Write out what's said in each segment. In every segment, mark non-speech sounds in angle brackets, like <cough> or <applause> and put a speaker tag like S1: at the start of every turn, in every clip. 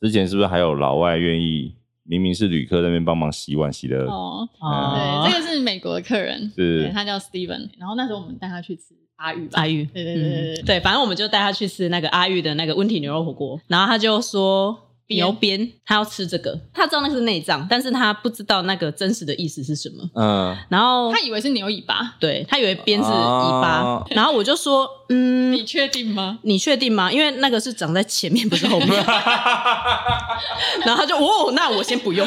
S1: 之前是不是还有老外愿意明明是旅客在那边帮忙洗碗洗的？
S2: 哦，
S1: 哦
S2: 对，这个是美国的客人，
S1: 是
S2: 对他叫 Steven，然后那时候我们带他去吃阿玉吧，
S3: 阿玉，
S2: 对对对对对
S3: 嗯对，反正我们就带他去吃那个阿玉的那个温体牛肉火锅，然后他就说。
S2: 边
S3: 牛鞭，他要吃这个，他知道那个是内脏，但是他不知道那个真实的意思是什么。
S1: 嗯，
S3: 然后
S2: 他以为是牛尾巴，
S3: 对他以为鞭是尾巴，
S1: 哦
S3: 然后我就说，嗯，
S2: 你确定
S1: <laughs>
S2: 吗？
S3: 你确定吗？因为那个是长在前面，不是后面。然后他就，哦，那我先不用。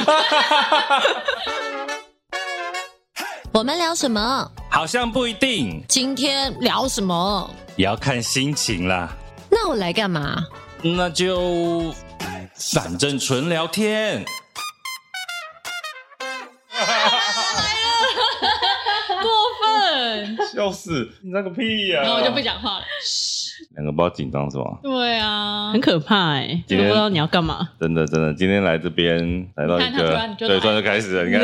S4: 我们聊什么？
S1: 好像不一定，
S4: 今天聊什么？
S1: 也要看心情啦。
S4: 那我来干嘛？
S1: 那就反正纯聊天。
S2: 过分，
S1: 笑死，你那个屁呀
S2: 然后我就不讲话了。
S1: 两个不知道紧张是吧？
S2: 对啊
S3: 很，可怕哎、欸，
S1: 今
S3: 都
S1: 天
S3: 不知道你要干嘛。
S1: 真的真的，今天来这边来到一
S2: 你看他突然
S1: 个
S2: 你就来
S1: 对，突然就开始了，你
S2: <laughs>
S1: 看，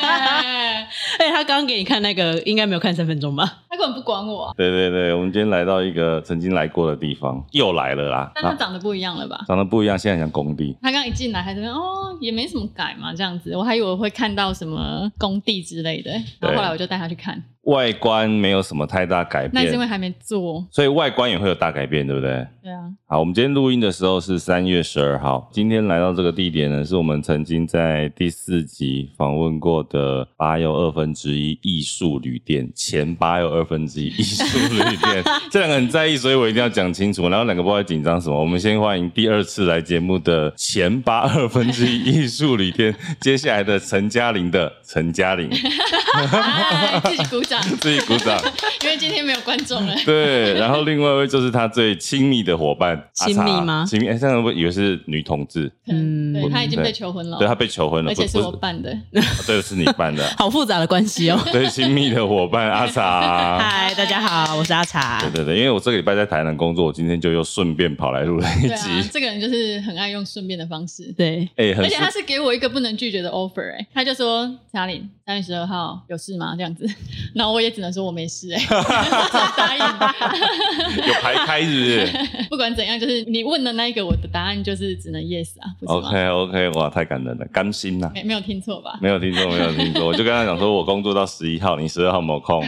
S2: 哎
S3: 哎、他刚刚给你看那个，应该没有看三分钟吧？
S2: 他根本不管我，
S1: 对对对，我们今天来到一个曾经来过的地方，又来了啦，
S2: 但他长得不一样了吧？
S1: 长得不一样，现在很像工地，
S2: 他刚一进来还在那边哦，也没什么改嘛，这样子，我还以为会看到什么工地之类的，然后后来我就带他去看，
S1: 外观没有什么太大改
S2: 那是因为
S1: 变，
S2: 还没做，
S1: 所以外观也会有大改变，对不对？<laughs>
S2: 对啊，
S1: 好，我们今天录音的时候是三月十二号。今天来到这个地点呢，是我们曾经在第四集访问过的八又二分之一艺术旅店，前八又二分之一艺术旅
S2: <laughs>
S1: 店。这两个很在意，所以我一定要讲清楚。然后两个不知道在紧张什么。我们先欢迎第二次来节目的前八二分之一艺术旅店，接下来的陈嘉玲的陈嘉玲， <laughs>
S2: 哎自己鼓掌，
S1: 自己鼓掌。
S2: 因为今天没有观众了。
S1: <laughs> 对，然后另外一位就是他最亲密的伙伴，
S2: <laughs>
S1: 阿
S3: 亲密
S1: 茶
S3: 吗
S1: 亲密，哎，这样会不会以为是女同志？
S3: 嗯
S2: 嗯，对
S3: 我，
S2: 他已经被求婚了，
S1: 对他被求婚了，
S2: 哦而且是
S1: 不
S2: 我办的，
S1: 不 <laughs> 是对是你办
S2: <laughs>
S1: 的
S3: 好复杂的关系哦。
S1: 对亲密的伙伴阿茶。
S2: <laughs>
S3: 嗨，大家好，我是阿茶
S1: 对。对对，因为我这个礼拜在台南工作，我今天就又顺便跑来录了一
S2: 对啊
S1: <laughs> 集，，
S2: 这个人就是很爱用顺便的方式，
S3: 对，
S1: 哎，很
S2: 啊而且他是给我一个不能拒绝的 offer，哎、他就说查理三月十二号有事吗？这样子， <laughs> 然后我也只能 <laughs> 说我没事、哎，答应。
S1: 有排开是不是
S2: <laughs> 不管怎样，就是你问的那一个，我的答案就是只能 yes 啊，不是吗？
S1: ？OK OK，哇，太感人了，甘心
S2: <laughs>
S1: 呐。
S2: 没没有听错吧？
S1: 没有听错，没有听错，我就跟他讲说，我工作到十一号，你十二号有没有
S2: <laughs>
S1: 空，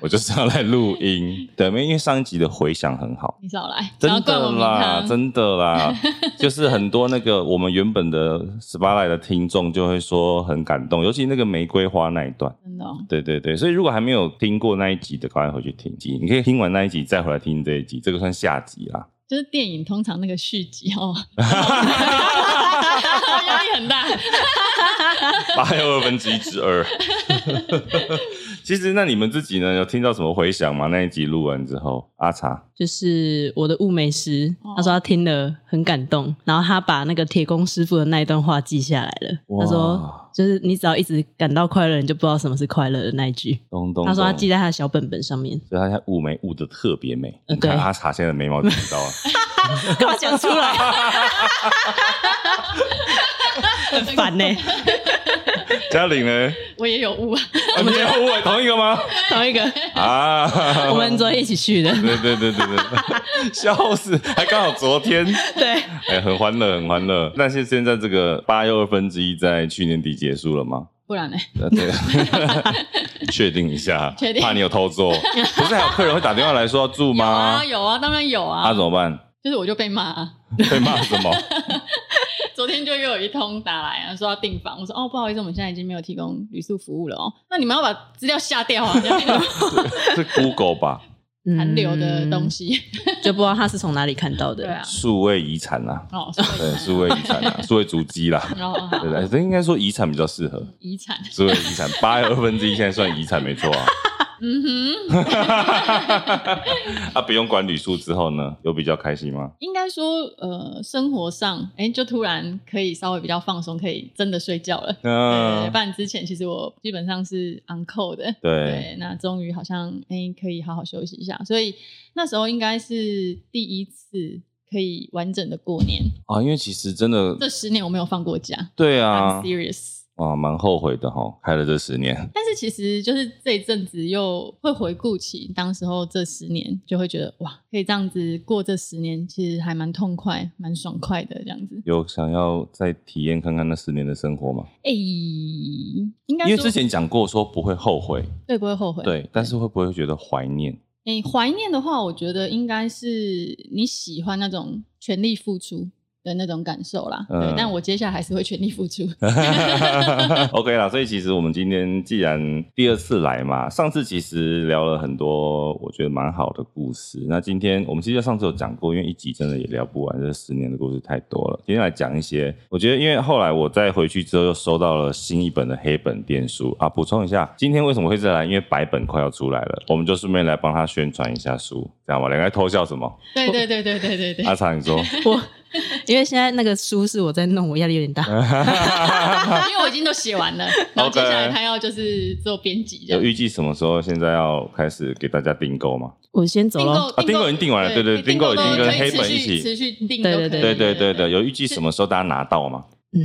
S1: 我就是要来录音。对，因为上一集的回响很好，
S2: 你少来，然后
S1: 真
S2: 灌
S1: 的
S2: 我名
S1: 啦，
S2: 堂。
S1: 真的
S2: <laughs>
S1: 啦，就是很多那个我们原本的十八来的听众就会说很感动，尤其那个玫瑰花那一段。
S2: 真的、哦，
S1: 对对对，所以如果还没有听过那一集的，赶快回去听。你可以听完那一集再回来听这一集，这个算下集
S2: <laughs>
S1: 啦。
S2: 就是电影通常那个续集
S1: <laughs>
S2: 哦，压力很大。
S1: 八又二分之一之
S2: <laughs>
S1: 二。其实，那你们自己呢？有听到什么回响吗？那一集录完之后，阿茶
S3: 就是我的物美师
S2: 哦，
S3: 他说他听了很感动，然后他把那个铁工师傅的那一段话记下来了。
S1: 哇
S3: 他说，就是你只要一直感到快乐，你就不知道什么是快乐的那一句。
S1: 东东，
S3: 他说他记
S1: 得，
S3: 在他的小本本上面，
S1: 所以他现在雾眉雾的特别美。
S3: 呃
S1: 你看
S3: 对
S1: 阿茶现在的眉毛就知道
S2: <laughs>
S1: 了。
S3: 干嘛讲出来？很烦呢、
S1: 嘉玲
S3: <laughs>
S1: 呢？
S2: 我也有误啊，
S1: 我们雾眉同一个吗？
S3: 同一个，
S1: <laughs> 啊，。
S3: <laughs> 我们昨天一起去
S2: <laughs>
S3: 的
S1: 对对对对对，笑死，还刚好昨天，
S3: 对，
S1: 哎、很欢乐，很欢乐。但是现在这个八又二分之一在去年底结束了吗？
S2: 不然呢？
S1: 呃，对，确定一下，
S2: 确定
S1: 怕你有偷做。不是还有客人会打电话来说要住
S2: 有
S1: 吗
S2: 啊，？有啊，当然有啊。
S1: 那、怎么办？
S2: 就是我就被骂、啊。
S1: 被骂什么？ <laughs>
S2: 昨天就又有一通打来啊，说要订房，我说哦不好意思，我们现在已经没有提供旅宿服务了哦。那你们要把资料下掉啊，这 <laughs> 样
S1: 是 Google 吧？
S2: 嗯残留的东
S3: 西，
S2: 西。
S3: 嗯就不知道他是从哪里看到的。
S2: 对啊，
S1: 数位遗产啦、
S2: 哦，所以
S1: 对，数位遗产啦、啊数位足迹啦，
S2: 然后
S1: 对
S2: 好
S1: 不对？这应该说遗产比较适合。
S2: 遗产，
S1: 数位遗产八又二分之一现在算遗产没错啊。
S2: 嗯哼，
S1: <laughs> 啊，不用管旅宿之后呢，有比较开心吗？
S2: 应该说呃，生活上哎，就突然可以稍微比较放松，可以真的睡觉了。对，
S1: 嗯
S2: 不，然之前其实我基本上是 on call 的，
S1: 对，
S2: 对，那终于好像哎、诶可以好好休息一下，所以那时候应该是第一次可以完整的过年，
S1: 啊，因为其实真的，
S2: 这十年我没有放过假、
S1: 对
S2: i m
S1: 啊，
S2: serious，
S1: 哇，蛮后悔的哈、开了这十年。 <laughs>
S2: 但是其实就是这一阵子又会回顾起当时候这十年，就会觉得哇，可以这样子过这十年，其实还蛮痛快、蛮爽快的这样子。
S1: 有想要再体验看看那十年的生活吗？
S2: 哎、应该
S1: 因为
S2: 说
S1: 之前讲过说不会后悔，
S2: 对不会后悔。
S1: 对，但是会不会觉得怀念？
S2: 哎、怀念的话，我觉得应该是你喜欢那种全力付出的那种感受啦。
S1: 嗯
S2: 对，但我接下来还是会全力
S1: <laughs>
S2: 付出。
S1: OK 啦，所以其实我们今天既然第二次来嘛，上次其实聊了很多我觉得蛮好的故事。那今天我们其实上次有讲过，因为一集真的也聊不完，这十年的故事太多了。今天来讲一些，我觉得因为后来我再回去之后又收到了新一本的黑本电书啊，补充一下，今天为什么会再来？因为白本快要出来了，我们就顺便来帮他宣传一下书，这样吧？两个在偷笑什么？
S2: 对对对对对对对。 <laughs>
S1: 阿长，你说
S3: 我因为现在那个书是我在弄，我压力有
S1: <laughs>
S3: 点大。
S1: 啊
S2: 因为我已经都写完了，然后接下来他要就是做编辑这
S1: 有
S2: 样。
S1: 预计什么时候现在要开始给大家订购吗？
S3: 我先走
S2: 订
S3: 了，
S2: 购
S1: 啊订购已经订完了对对
S2: 订
S1: 订购已经跟
S2: 可以
S1: 黑
S2: 持
S1: 本
S2: 续
S1: 一起
S2: 持续订都
S3: 对
S2: 可
S3: 对
S2: 以，
S3: 对
S1: 对对对对，有预计什么时候大家拿到吗？
S3: 嗯，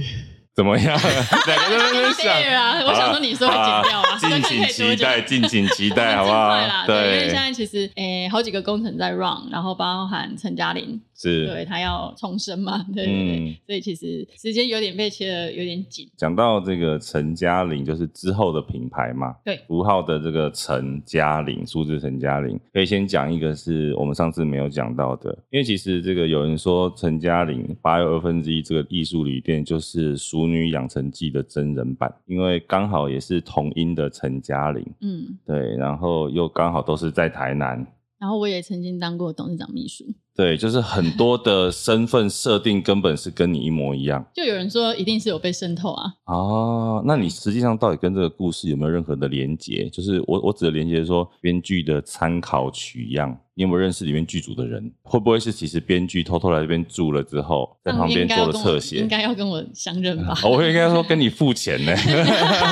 S1: 怎
S2: <laughs>
S1: 么样？ <laughs> 两个人在那边
S2: 对
S1: 想。
S2: 啊！我想说你说会剪掉 <laughs>
S1: 好
S2: 啊，
S1: 啦敬请期待，敬请期
S2: <laughs>
S1: 待，好不好？
S2: 对，因为现在其实诶好几个工程在 run，然后包含陈嘉玲，
S1: 是
S2: 对他要重生嘛， <laughs> 对对对，
S1: 嗯
S2: 所以其实时间有点被切的有点紧，
S1: 讲到这个陈嘉玲，就是之后的品牌嘛，
S2: 对，
S1: 符号的这个陈嘉玲，数字陈嘉玲，可以先讲一个是我们上次没有讲到的，因为其实这个有人说陈嘉玲八又二分之一这个艺术旅店就是《熟女养成记》的真人版，因为刚好也是同音的陈嘉玲，
S2: 嗯，
S1: 对，然后又刚好都是在台南，
S2: 然后我也曾经当过董事长秘书，
S1: 对，就是很多的身份设定根本是跟你一模一样
S2: 就有人说一定是有被渗透啊，
S1: 哦。那你实际上到底跟这个故事有没有任何的连结？就是我我指的连结是说编剧的参考取样，你有没有认识里面剧组的人？会不会是其实编剧偷偷来这边住了之后，在旁
S2: 嗯应
S1: 边
S2: 该
S1: 做
S2: 要
S1: 了
S2: 跟
S1: 侧
S2: 我
S1: 写？
S2: 应该要跟我相认
S1: <laughs>
S2: 吧？
S1: 哦，我应该说跟你付钱呢。 <laughs>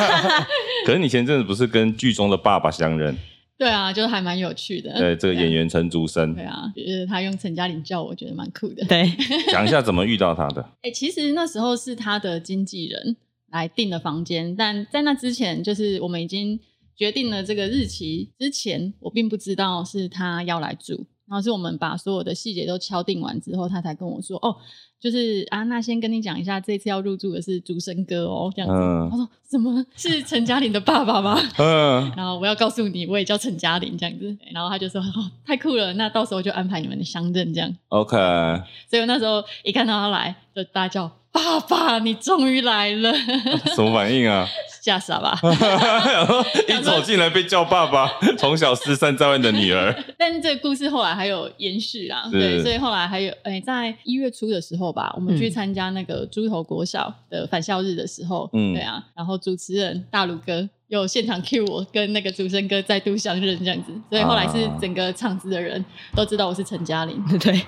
S1: 可是你前阵子不是跟剧中的爸爸相认？
S2: 对啊，就是还蛮有趣的。
S1: 呃，这个演
S2: 员
S1: 员陈竹生
S2: 嗯对，啊，就是他用陈嘉玲叫我，觉得蛮酷的。
S3: <laughs> 对，
S1: 讲一下怎么遇到他
S2: <laughs>
S1: 的。
S2: 哎、其实那时候是他的经纪人来订的房间，但在那之前，就是我们已经决定了这个日期之前，我并不知道是他要来住。然后是我们把所有的细节都敲定完之后，他才跟我说：“哦，就是啊，那先跟你讲一下，这次要入住的是竹生哥哦，这样子。
S1: 嗯
S2: 他说：“什么是陈嘉玲的爸爸吗？” <laughs>
S1: 嗯，
S2: 然后我要告诉你，我也叫陈嘉玲这样子。然后他就说：“哦，太酷了，那到时候就安排你们的相认这样。 <laughs>
S1: OK，”
S2: 所以我那时候一看到他来，就大叫：“爸爸，你终于来了！” <laughs>
S1: 什么反应啊？
S2: 吓
S1: <laughs>
S2: 傻吧？
S1: 一走进来被叫爸爸，从小失散在外的女儿。
S2: 但是这个故事后来还有延续啦，
S1: 是
S2: 对，所以后来还有，哎、在一月初的时候吧，我们
S3: 嗯
S2: 去参加那个猪头国小的返校日的时候，
S1: 嗯
S2: 对啊，然后主持人大鲁哥又现场 cue 我跟那个竹生哥再度相认这样子，所以后来是
S1: 啊
S2: 整个场子的人都知道我是陈嘉
S1: <laughs>
S2: 玲。
S3: 对，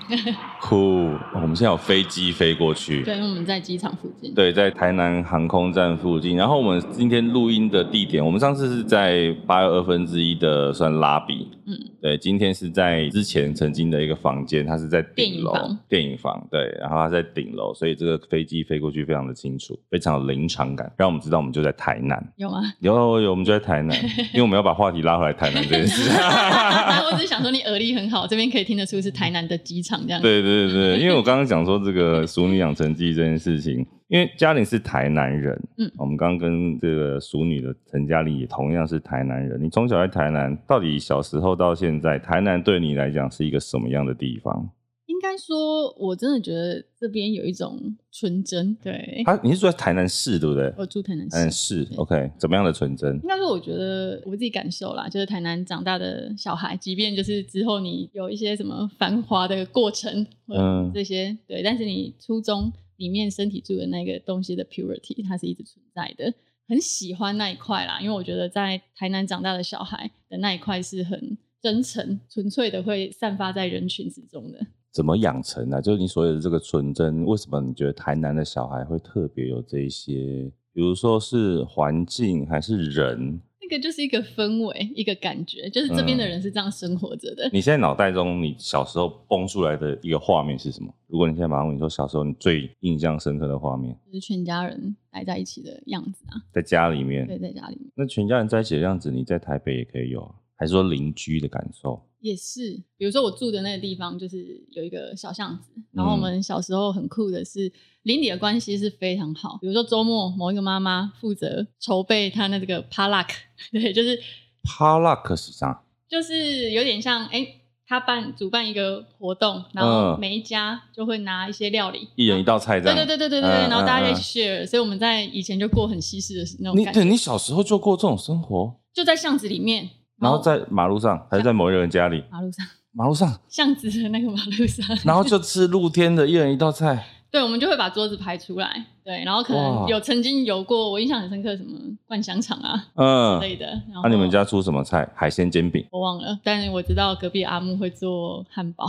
S1: 酷，哦我们现在有飞机飞过去。
S2: 对，因为我们在机场附近。
S1: 对，在台南航空站附近。然后我们今天录音的地点，我们上次是在八又二分之一的算拉比，嗯
S2: 嗯，
S1: 对，今天是在之前曾经的一个房间，它是在顶楼
S2: 电影房，
S1: 电影房，对，然后它在顶楼，所以这个飞机飞过去非常的清楚，非常有临场感，让我们知道我们就在台南。<laughs>
S2: 有吗？
S1: 有有有，我们就在台
S2: <laughs>
S1: 南，因为我们要把话题拉回来台南这件事。
S2: 但我只是想说，你耳力很好，这边可以听得出是台南的机场这样。
S1: 对对对，因为我刚刚讲说这个《熟女养成记》这件事情，因为嘉玲是台南人，嗯
S2: 嗯，
S1: 我们刚刚跟这个熟女的陈嘉玲也同样是台南人。你从小在台南，到底小时候到现在，台南对你来讲是一个什么样的地方？
S2: 应该说，我真的觉得这边有一种纯真。对，
S1: 啊，你是住在台南市对不对？
S2: 我住台南
S1: 台南
S2: 市。
S1: 市
S2: 对
S1: ，OK，怎么样的纯真？
S2: 应该说，我觉得我自己感受啦，就是台南长大的小孩，即便就是之后你有一些什么繁华的过程，
S1: 嗯
S2: 嗯，这些对，但是你初中里面身体住的那个东西的 purity，它是一直存在的。很喜欢那一块啦，因为我觉得在台南长大的小孩的那一块是很真诚、纯粹的，会散发在人群之中的。
S1: 怎么养成啊？就是你所有的这个纯真，为什么你觉得台南的小孩会特别有这一些？比如说是环境还是人？
S2: 那那个就是一个氛围，一个感觉，就是这边的人是这样生活着的。
S1: 嗯你现在脑袋中你小时候蹦出来的一个画面是什么？如果你现在马上问你说小时候你最印象深刻的画面，
S2: 就是全家人待在一起的样子啊，
S1: 在家里面，
S2: 对，在家里面
S1: 那全家人在一起的样子，你在台北也可以有啊，还是说邻居的感受？
S2: 也是。比如说我住的那个地方，就是有一个小巷子，
S1: 嗯
S2: 然后我们小时候很酷的是，邻里的关系是非常好。比如说周末某一个妈妈负责筹备她那个 p a l a k <laughs> 对，就是
S1: 帕拉克是啥？
S2: 就是有点像哎。她办主办一个活动，然
S1: 嗯
S2: 后每一家就会拿一些料理，
S1: 一人一道菜这
S2: 对
S1: 样？
S2: 对对对对对，
S1: 嗯
S2: 然后大
S1: 嗯
S2: 家在
S1: 嗯
S2: share，、所以我们在以前就过很西式的那种
S1: 你
S2: 感
S1: 对
S2: 觉，
S1: 你小时候就过这种生活，
S2: 就在巷子里面，
S1: 然后在马路上，还是在某一个人家里？
S2: 马路上，
S1: 马路上，
S2: 巷子的那个马路
S1: <laughs>
S2: 上，
S1: 然后就吃露天的，一人一道菜。
S2: 对，我们就会把桌子排出来，对，然后可
S1: 哇
S2: 能有曾经有过，我印象很深刻，什么灌香肠啊
S1: 嗯
S2: 之，类的。然后、
S1: 那你们家出什么菜？海鲜煎饼，
S2: 我忘了，但是我知道隔壁阿木会做汉堡，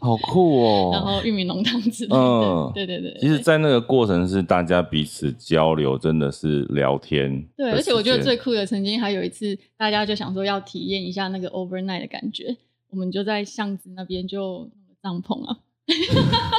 S1: 好酷
S2: <laughs> 然
S1: 哦！
S2: 后玉米浓汤之类的。
S1: 嗯
S2: 对对对对
S1: 其实，在那个过程是大家彼此交流，真的是聊天。
S2: 对，而且我觉得最酷的，曾经还有一次，大家就想说要体验一下那个 overnight 的感觉，我们就在巷子那边就帐篷啊。 <laughs>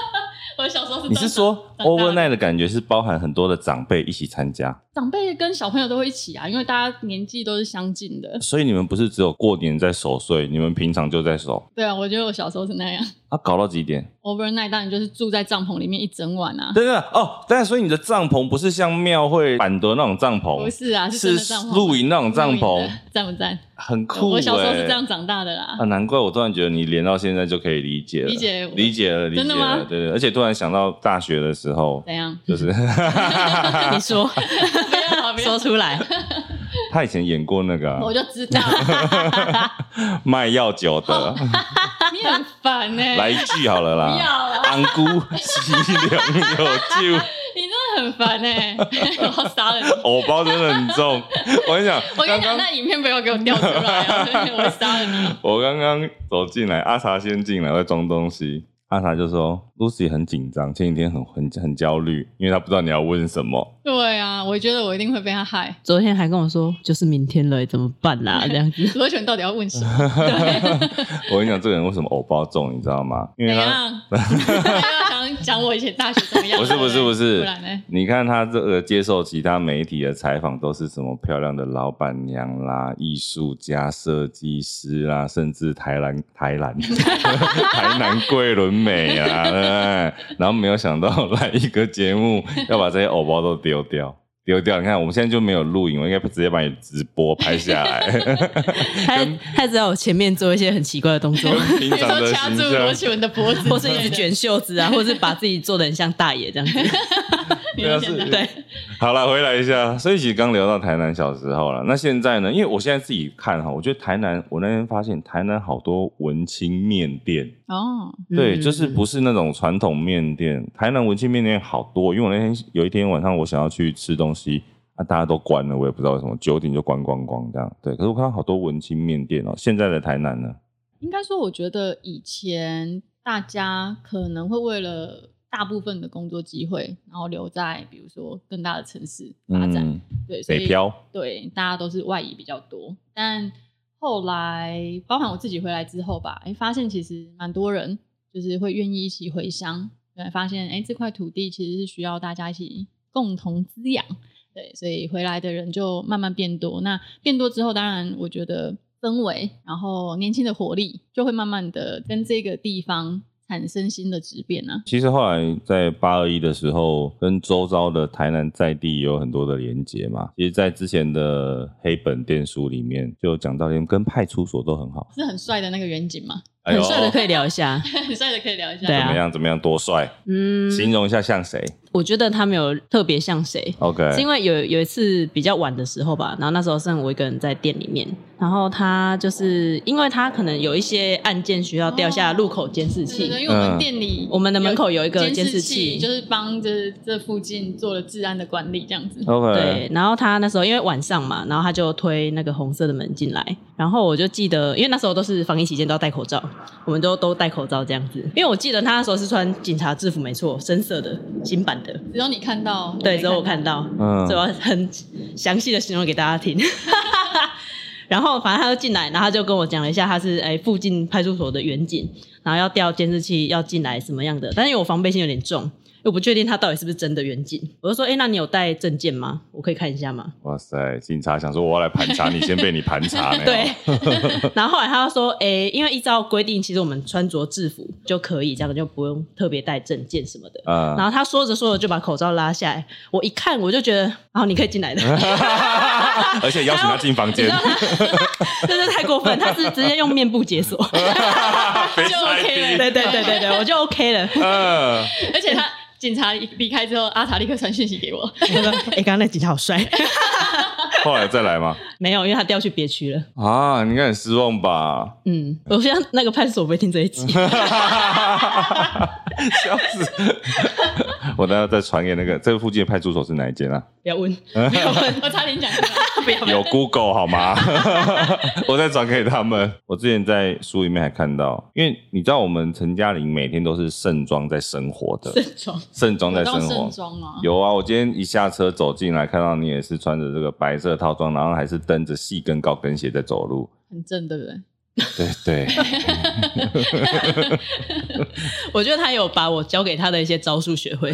S2: 我小时候是
S1: 你是说
S2: 长大的
S1: overnight 的感觉是包含很多的长辈一起参加，
S2: 长辈跟小朋友都会一起啊，因为大家年纪都是相近的。
S1: 所以你们不是只有过年在守岁，你们平常就在守
S2: 对啊，我觉得我小时候是那样。
S1: 啊？搞到几点？
S2: overnight 当然就是住在帐篷里面一整晚啊，
S1: 等等哦，但所以你的帐篷不是像庙会板的那种帐
S2: 不
S1: 篷，
S2: 是啊，
S1: 是
S2: 真的帐篷，
S1: 露营那种帐
S2: 露营
S1: 篷
S2: 的，赞不赞？
S1: 很酷、欸。
S2: 我小时候是这样长大的啦
S1: 啊，。难怪我突然觉得你连到现在就可以理解了，
S2: 理解我
S1: 理解了，理解
S2: 真的
S1: 了，
S2: 吗
S1: 对对。而且突然想到大学的时候，
S2: 怎样？ <laughs>
S1: 就是
S3: 你 <laughs> 说
S2: 不要啊不要
S3: 说出来，
S1: 他以前演过那个啊
S2: 我就知
S1: <laughs>
S2: 道
S1: 卖药酒的，
S2: 你很烦呢。
S1: 来一句好了
S2: 哦哎不要
S1: 啦，
S2: 啦，
S1: 安姑西凉有 <laughs> 酒，
S2: <laughs> 你真的很烦哎、 <laughs> 我要杀了你！
S1: 藕包真的很重。我跟你讲，
S2: <laughs> 我跟
S1: 刚
S2: 你
S1: 刚
S2: 讲，那影片不要给我调出来、啊， <laughs> 我会杀了你！
S1: <laughs> 我刚刚走进来，阿茶先进来，我在装东西。阿茶就说：“Lucy 很紧张，前几天很很很焦虑，因为他不知道你要问什么。
S2: 对啊，我觉得我一定会被他害。
S3: 昨天还跟我说就是明天了，怎么办 <laughs> 啦、这样子，
S2: 罗权到底要问什
S1: <laughs>
S2: 么？
S1: 我跟你讲，这个人为什么藕包重，你知道吗？因
S2: 怎
S1: 为他
S2: 样？要想讲我以前大学怎么样？
S1: 不是不是不是
S2: 不然呢？
S1: 你看他这个接受其他媒体的采访，都是什么漂亮的老板娘啦、艺术家、设计师啦，甚至台南台南 <laughs> 台南桂纶镁啊，对不对？然后没有想到来一个节目，要把这些偶包都丢掉。丢掉！你看，我们现在就没有录影，我应该直接把你直播拍下
S2: <laughs>
S1: 来。
S3: 他他只在我前面做一些很奇怪的动作，
S1: 平
S2: 比如
S1: 常
S2: 说
S1: 的
S2: 掐
S1: 形
S2: 住罗
S1: 象，
S2: 权的脖子之类的，
S3: <laughs> 或是一直卷袖子 <laughs> 啊，或是把自己做的很像大爷这样子。
S2: 你
S1: 对啊
S2: 就想
S1: 是
S2: 到，
S3: <laughs> 对，
S1: 好了，回来一下。所以其实刚聊到台南小时候了，那现在呢？因为我现在自己看哈，我觉得台南，我那天发现台南好多文青面店，
S2: 哦，
S1: 对，
S3: 嗯
S1: 就是不是那种传统面店，台南文青面店好多。因为我那天有一天晚上我想要去吃东西，啊，大家都关了，我也不知道为什么，九点就关光光这样。对，可是我看到好多文青面店哦、现在的台南呢，
S2: 应该说，我觉得以前大家可能会为了大部分的工作机会，然后留在比如说更大的城市发展，
S1: 嗯，
S2: 对，所以
S1: 北漂，
S2: 对，大家都是外移比较多。但后来，包含我自己回来之后吧，哎，发现其实蛮多人就是会愿意一起回乡，对，发现哎这块土地其实是需要大家一起共同滋养，对，所以回来的人就慢慢变多。那变多之后，当然我觉得氛围，然后年轻的活力，就会慢慢的跟这个地方产生新的质变啊。
S1: 其实后来在八二一的时候，跟周遭的台南在地有很多的连结嘛。其实，在之前的黑本电书里面就有讲到，连跟派出所都很好。
S2: 是很帅的那个远景吗？ <laughs>
S3: 很帅的可
S1: 以
S3: 以聊一下。
S2: 很帅的可以聊一下。
S3: 对
S1: 怎
S3: 啊
S1: 么样？怎么样？多帅！
S3: 嗯，
S1: 形容一下像谁
S3: 我觉得他没有特别像谁，
S1: ？OK，
S3: 是因为有有一次比较晚的时候吧，然后那时候剩我一个人在店里面，然后他就是因为他可能有一些案件需要掉下路口监视
S2: 对对
S3: 器，
S2: 对，因为我
S1: 嗯
S2: 们店里、
S3: 我们的门口有一个
S2: 监
S3: 监视器
S2: 器，就是帮这这附近做了治安的管理，这样
S3: 哦
S2: 子。
S1: OK，
S3: 对，然后他那时候因为晚上嘛，然后他就推那个红色的门进来，然后我就记得，因为那时候都是防疫期间都要戴口罩，我们都都戴口罩这样子。因为我记得他那时候是穿警察制服，没错，深色的新版的，
S2: 只有你看到，
S3: 对，
S2: 没
S3: 只有我看到，
S1: 嗯
S3: 所以我要很详细的形容给大家听。 <laughs> 然后反正他就进来，然后他就跟我讲了一下，他是哎附近派出所的远景，然后要调监视器要进来什么样的，但是因为我防备心有点重，又不确定他到底是不是真的远景，我就说哎，那你有带证件吗？我可以看一下吗？
S1: 哇塞，警察想说我要来盘查你，先被你盘查呢。
S3: <laughs> 对， <laughs> 然后后来他就说，诶、因为依照规定，其实我们穿着制服就可以，这样就不用特别带证件什么的。
S1: 嗯，
S3: 然后他说着说着就把口罩拉下来，我一看我就觉得，然、后你可以进来的，
S1: <laughs> 而且邀请他进房
S3: <laughs> 你知
S1: 间
S3: 道，他真是太过分，他是直接用面部解锁，
S1: <laughs> 别
S2: 就
S1: 猜
S2: OK
S1: 低
S3: 对对对对对，我就 OK 了。
S1: 嗯，
S2: <laughs> 而且他警察一离开之后，阿查立刻传讯息给
S3: <laughs>
S2: 我，
S3: 我说诶，刚刚那警察好帅，
S1: 后来再来吗？
S3: 没有，因为他调去别区了。
S1: 啊，你应该很失望吧？
S3: 嗯，我现在那个派出所不会听这一集，
S1: <laughs> 笑死！我等下再传给那个这附近的派出所是哪一间啊？
S3: 不要问，
S2: 我 <laughs> 差点讲出来，不要
S1: 有 <laughs> Google 好吗？我再转给他们。我之前在书里面还看到，因为你知道我们陈嘉玲每天都是盛装在生活的，
S3: 正装。
S1: 盛装在生
S2: 用盛
S1: 活。
S2: 装啊，
S1: 有啊，我今天一下车走进来，看到你也是穿着这个白色套装，然后还是蹬着细跟高跟鞋在走路。
S2: 很正，对不对？
S1: 对对，
S3: 我觉得他有把我教给他的一些招数学会。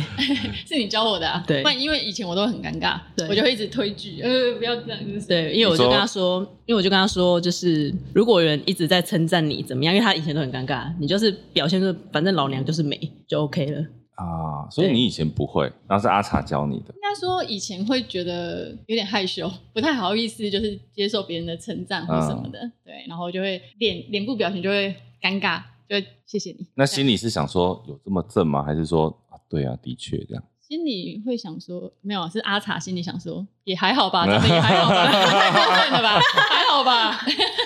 S2: 是你教我的啊，
S3: 对
S2: 不然因为以前我都很尴尬，
S3: 对
S2: 我就会一直推拒，呃，不要这样，就是
S3: 对，因为我就
S1: 你说
S3: 跟他说，因为我就跟他说，就是如果有人一直在称赞你怎么样，因为他以前都很尴尬，你就是表现出反正老娘就是美就 OK 了。 <laughs>
S1: 啊，所以你以前不会，然后是阿茶教你的。
S2: 应该说以前会觉得有点害羞，不太好意思，就是接受别人的称赞
S1: 嗯
S2: 或什么的，对，然后就会脸脸部表情就会尴尬，就会谢谢你。
S1: 那心里是想说有这么正吗？还是说啊，对啊，的确这样。 <laughs>
S2: 心里会想说，没有，啊是阿茶心里想说，也还好吧，长得也还好吧， <laughs> 太过分了吧，还好吧，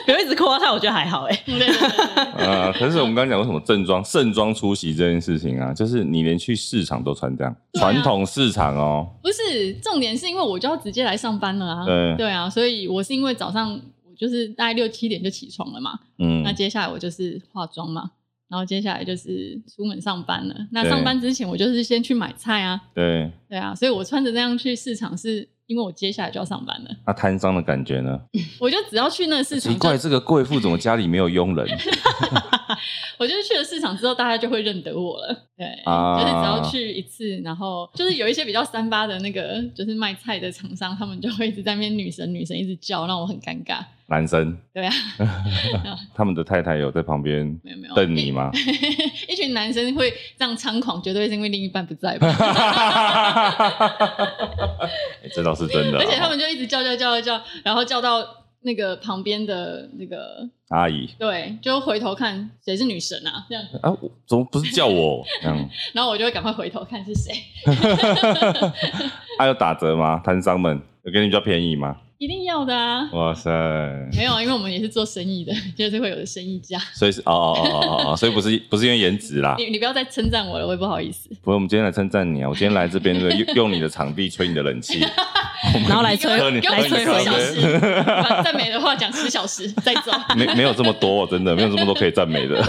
S3: 不要一直夸他，我觉得还好哎、
S2: 对对对对对
S1: 呃，可是我们刚刚讲为什么正装盛装出席这件事情啊，就是你连去市场都穿这样，
S2: 对啊
S1: 传统市场哦，
S2: 不是重点，是因为我就要直接来上班了啊，
S1: 对
S2: 啊，所以我是因为早上我就是大概六七点就起床了嘛，
S1: 嗯
S2: 那，接下来我就是化妆嘛，然后接下来就是出门上班了。那
S1: 对
S2: 上班之前我就是先去买菜啊，
S1: 对，
S2: 对啊，所以我穿着那样去市场，是因为我接下来就要上班了，
S1: 那摊商的感觉呢？
S2: 我就只要去那个市
S1: 奇
S2: 场，
S1: 怪，
S2: 就
S1: 这个贵妇怎么家里没有佣
S2: <laughs>
S1: 人
S2: 我就是去了市场之后，大家就会认得我了，对，
S1: 啊
S2: 就是只要去一次，然后就是有一些比较三八的那个，就是卖菜的厂商，他们就会一直在那边女神女神一直叫，让我很尴尬，
S1: 男生？
S2: 对啊，
S1: 他们的太太有在旁边 <laughs>
S2: 没有没有
S1: 瞪你吗？
S2: <laughs> 一群男生会这样猖狂，绝对是因为另一半不在
S1: <laughs>
S2: 吧。
S1: 欸这倒是真的哦。
S2: 而且他们就一直叫叫叫叫叫，然后叫到那个旁边的那个，
S1: 阿姨
S2: 对，就回头看谁是女神啊，这样，
S1: 啊，我怎么不是叫我？嗯，
S2: 然后我就会赶快回头看是谁，
S1: 还啊有打折吗？摊商们有给你比较便宜吗？
S2: 一定要的啊。
S1: 哇塞！
S2: 没有，啊，因为我们也是做生意的，就是会有生意价。
S1: 所以是哦哦哦哦哦哦，所以不是不是因为颜值啦，
S2: 你你不要再称赞我了，我也不好意思。
S1: 不是我们今天来称赞你啊！我今天来这边对不对用用你的场地吹你的冷气，
S3: 然后来
S2: 给我
S1: 喝
S3: 吹
S1: 你
S2: 给我
S1: 喝你
S3: 来吹
S2: 十
S1: 喝
S3: 我
S1: 你
S2: 小
S3: 小
S1: 你
S2: <laughs>
S3: 时，
S2: 时，把赞美的话讲十小时再走。
S1: 没没有这么多，哦真的没有这么多可以赞美的，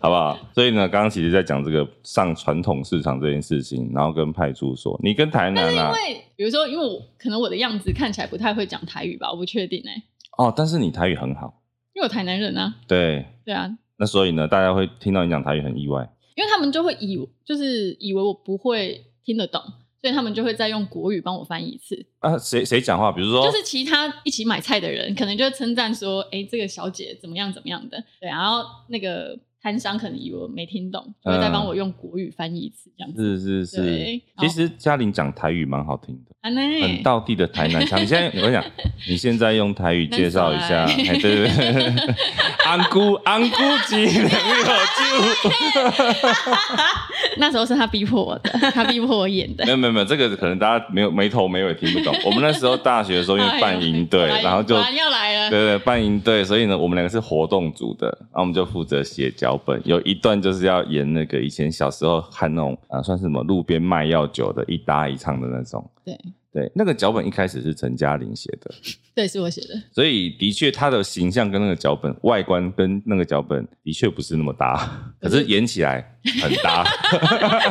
S1: 好不好？所以呢，刚刚其实在讲这个上传统市场这件事情，然后跟派出所，你跟台南
S2: 因
S1: 啊，
S2: 为比如说，因为我可能我的样子看起来不太会讲台语吧，我不确定哎、
S1: 哦，但是你台语很好，
S2: 因为我台南人啊，
S1: 对，
S2: 对啊，
S1: 那所以呢，大家会听到你讲台语很意外，
S2: 因为他们就会以就是以为我不会听得懂，所以他们就会再用国语帮我翻译一次。
S1: 啊，谁谁讲话，比如说，
S2: 就是其他一起买菜的人，可能就会称赞说：“哎、这个小姐怎么样怎么样的。”对，然后那个摊商可能以为我没听懂，就会
S1: 嗯
S2: 再帮我用国语翻译一次，这样子。
S1: 是是是
S2: 对，
S1: 其实嘉玲讲台语蛮好听的。
S2: 啊，那
S1: 很道地的台南腔。你现在我跟你
S2: <laughs>
S1: 讲，你现在用台语介绍一下，
S2: 难
S1: 哎，对对对，
S2: <laughs>
S1: 安姑安姑鸡能有救？
S2: <laughs> 那时候是他逼迫我的， <laughs> 他逼迫我演的
S1: 没。有没有没有，这个可能大家没有没头没尾听不
S2: <laughs>
S1: 懂。我们那时候大学的时候因为办营队
S2: 哎，呦
S1: 然后就
S2: 果。然要来了。
S1: 对对，办营队，所以呢，我们两个是活动组的，然后我们就负责写脚本。有一段就是要演那个以前小时候看那种啊，算是什么路边卖药酒的，一搭一唱的那种。
S2: 对，
S1: 对，那个脚本一开始是陈嘉玲写的，
S2: 对，是我写的。
S1: 所以的确她的形象跟那个脚本外观跟那个脚本的确不是那么搭，可
S2: 嗯
S1: 是演起来很搭。
S3: <laughs>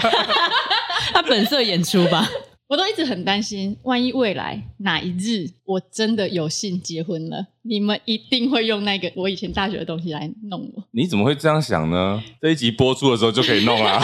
S1: <laughs>
S3: 他本色演出吧。
S2: 我都一直很担心，万一未来哪一日我真的有幸结婚了，你们一定会用那个我以前大学的东西来弄我。 <laughs>
S1: 你怎么会这样想呢？这一集播出的时候就可以弄啦。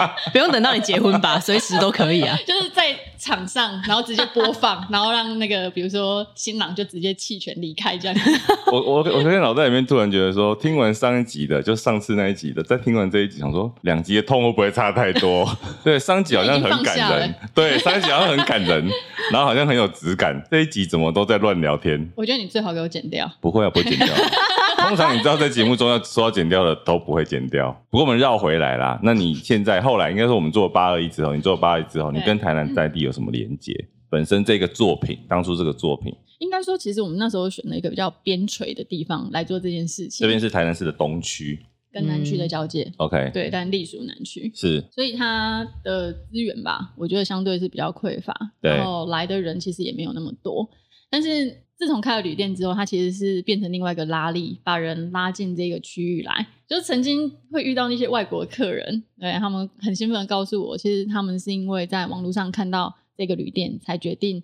S1: <laughs>
S3: 不用等到你结婚吧，随时都可以啊。
S2: 就是在场上，然后直接播放，然后让那个比如说新郎就直接弃权离开这样。 <laughs>
S1: 我我我昨天脑袋里面突然觉得说，听完上一集的，就上次那一集的，再听完这一集，想说两集的痛会不会差太多？ <laughs> 对，上一集好像很感
S2: 已经放下
S1: 人
S2: 了，
S1: 对，上一集好像很感人，然后好像很有质感，这一集怎么都在乱聊天？
S2: 我觉得你最好给我剪掉。
S1: 不会啊，不会剪
S2: <laughs>
S1: 掉。通常你知道在节目中要说要剪掉的都不会剪掉，不过我们绕回来啦。那你现在后来应该说我们做八二一之后，你做八二一之后，你
S2: 对
S1: 跟台南在地有什么连接？本身这个作品，当初这个作品，
S2: 应该说，其实我们那时候选了一个比较边陲的地方来做这件事情，
S1: 这边是台南市的东区
S2: 跟南区的交界，
S1: ，OK，
S2: 对，但隶属南区。
S1: 是
S2: 所以它的资源吧，我觉得相对是比较匮乏，
S1: 对
S2: 然后来的人其实也没有那么多。但是自从开了旅店之后，它其实是变成另外一个拉力，把人拉进这个区域来。就是曾经会遇到那些外国客人，对他们很兴奋的告诉我，其实他们是因为在网络上看到这个旅店，才决定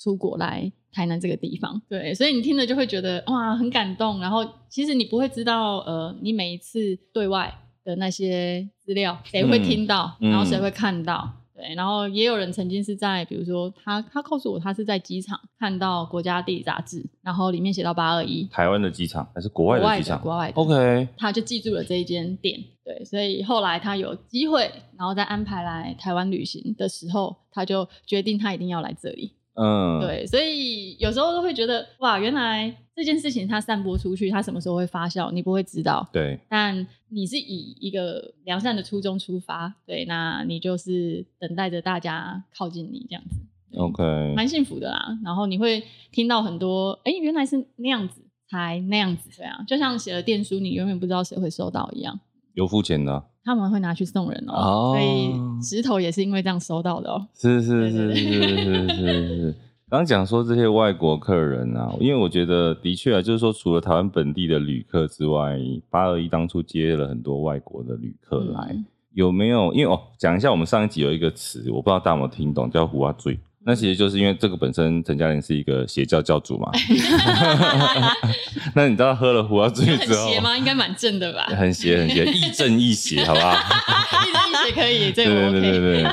S2: 出国来台南这个地方。对，所以你听着就会觉得哇，很感动。然后其实你不会知道，呃，你每一次对外的那些资料，谁会
S1: 嗯
S2: 听到，
S1: 嗯
S2: 然后谁会看到。对，然后也有人曾经是在，比如说他他告诉我，他是在机场看到国家地理杂志，然后里面写到八二一，
S1: 台湾的机场还是国
S2: 国
S1: 外的
S2: 外
S1: 机场
S2: 国外的
S1: ？OK，
S2: 他就记住了这一间店。对，所以后来他有机会，然后再安排来台湾旅行的时候，他就决定他一定要来这里。
S1: 嗯，，
S2: 对，所以有时候都会觉得，哇，原来这件事情它散播出去，它什么时候会发酵，你不会知道。
S1: 对，
S2: 但你是以一个良善的初衷出发，对，那你就是等待着大家靠近你这样子。对
S1: OK，
S2: 蛮幸福的啦。然后你会听到很多，哎、原来是那样子，才那样子，对啊，就像写了电书，你永远不知道谁会收到一样。
S1: 有付钱的啊，
S2: 他们会拿去送人哦、
S1: 哦
S2: 所以石头也是因为这样收到的哦、
S1: 是是是
S2: 对
S1: 是是是是是。刚刚讲说这些外国客人啊，因为我觉得的确啊，就是说除了台湾本地的旅客之外，八二一当初接了很多外国的旅客来，
S2: 嗯
S1: 有没有？因为哦，讲一下我们上一集有一个词，我不知道大家有没有听懂，叫“胡阿醉”。那其实就是因为这个本身陈嘉玲是一个邪教教主
S2: <laughs>
S1: 嘛，那你知道喝了胡阿醉
S2: 很
S1: 之后
S2: 邪吗？应该蛮正的吧？
S1: 很邪很邪，亦正亦邪，好不好？
S2: 一起可以，这个
S1: 对
S2: 我
S1: 对
S2: OK。
S1: 对对对，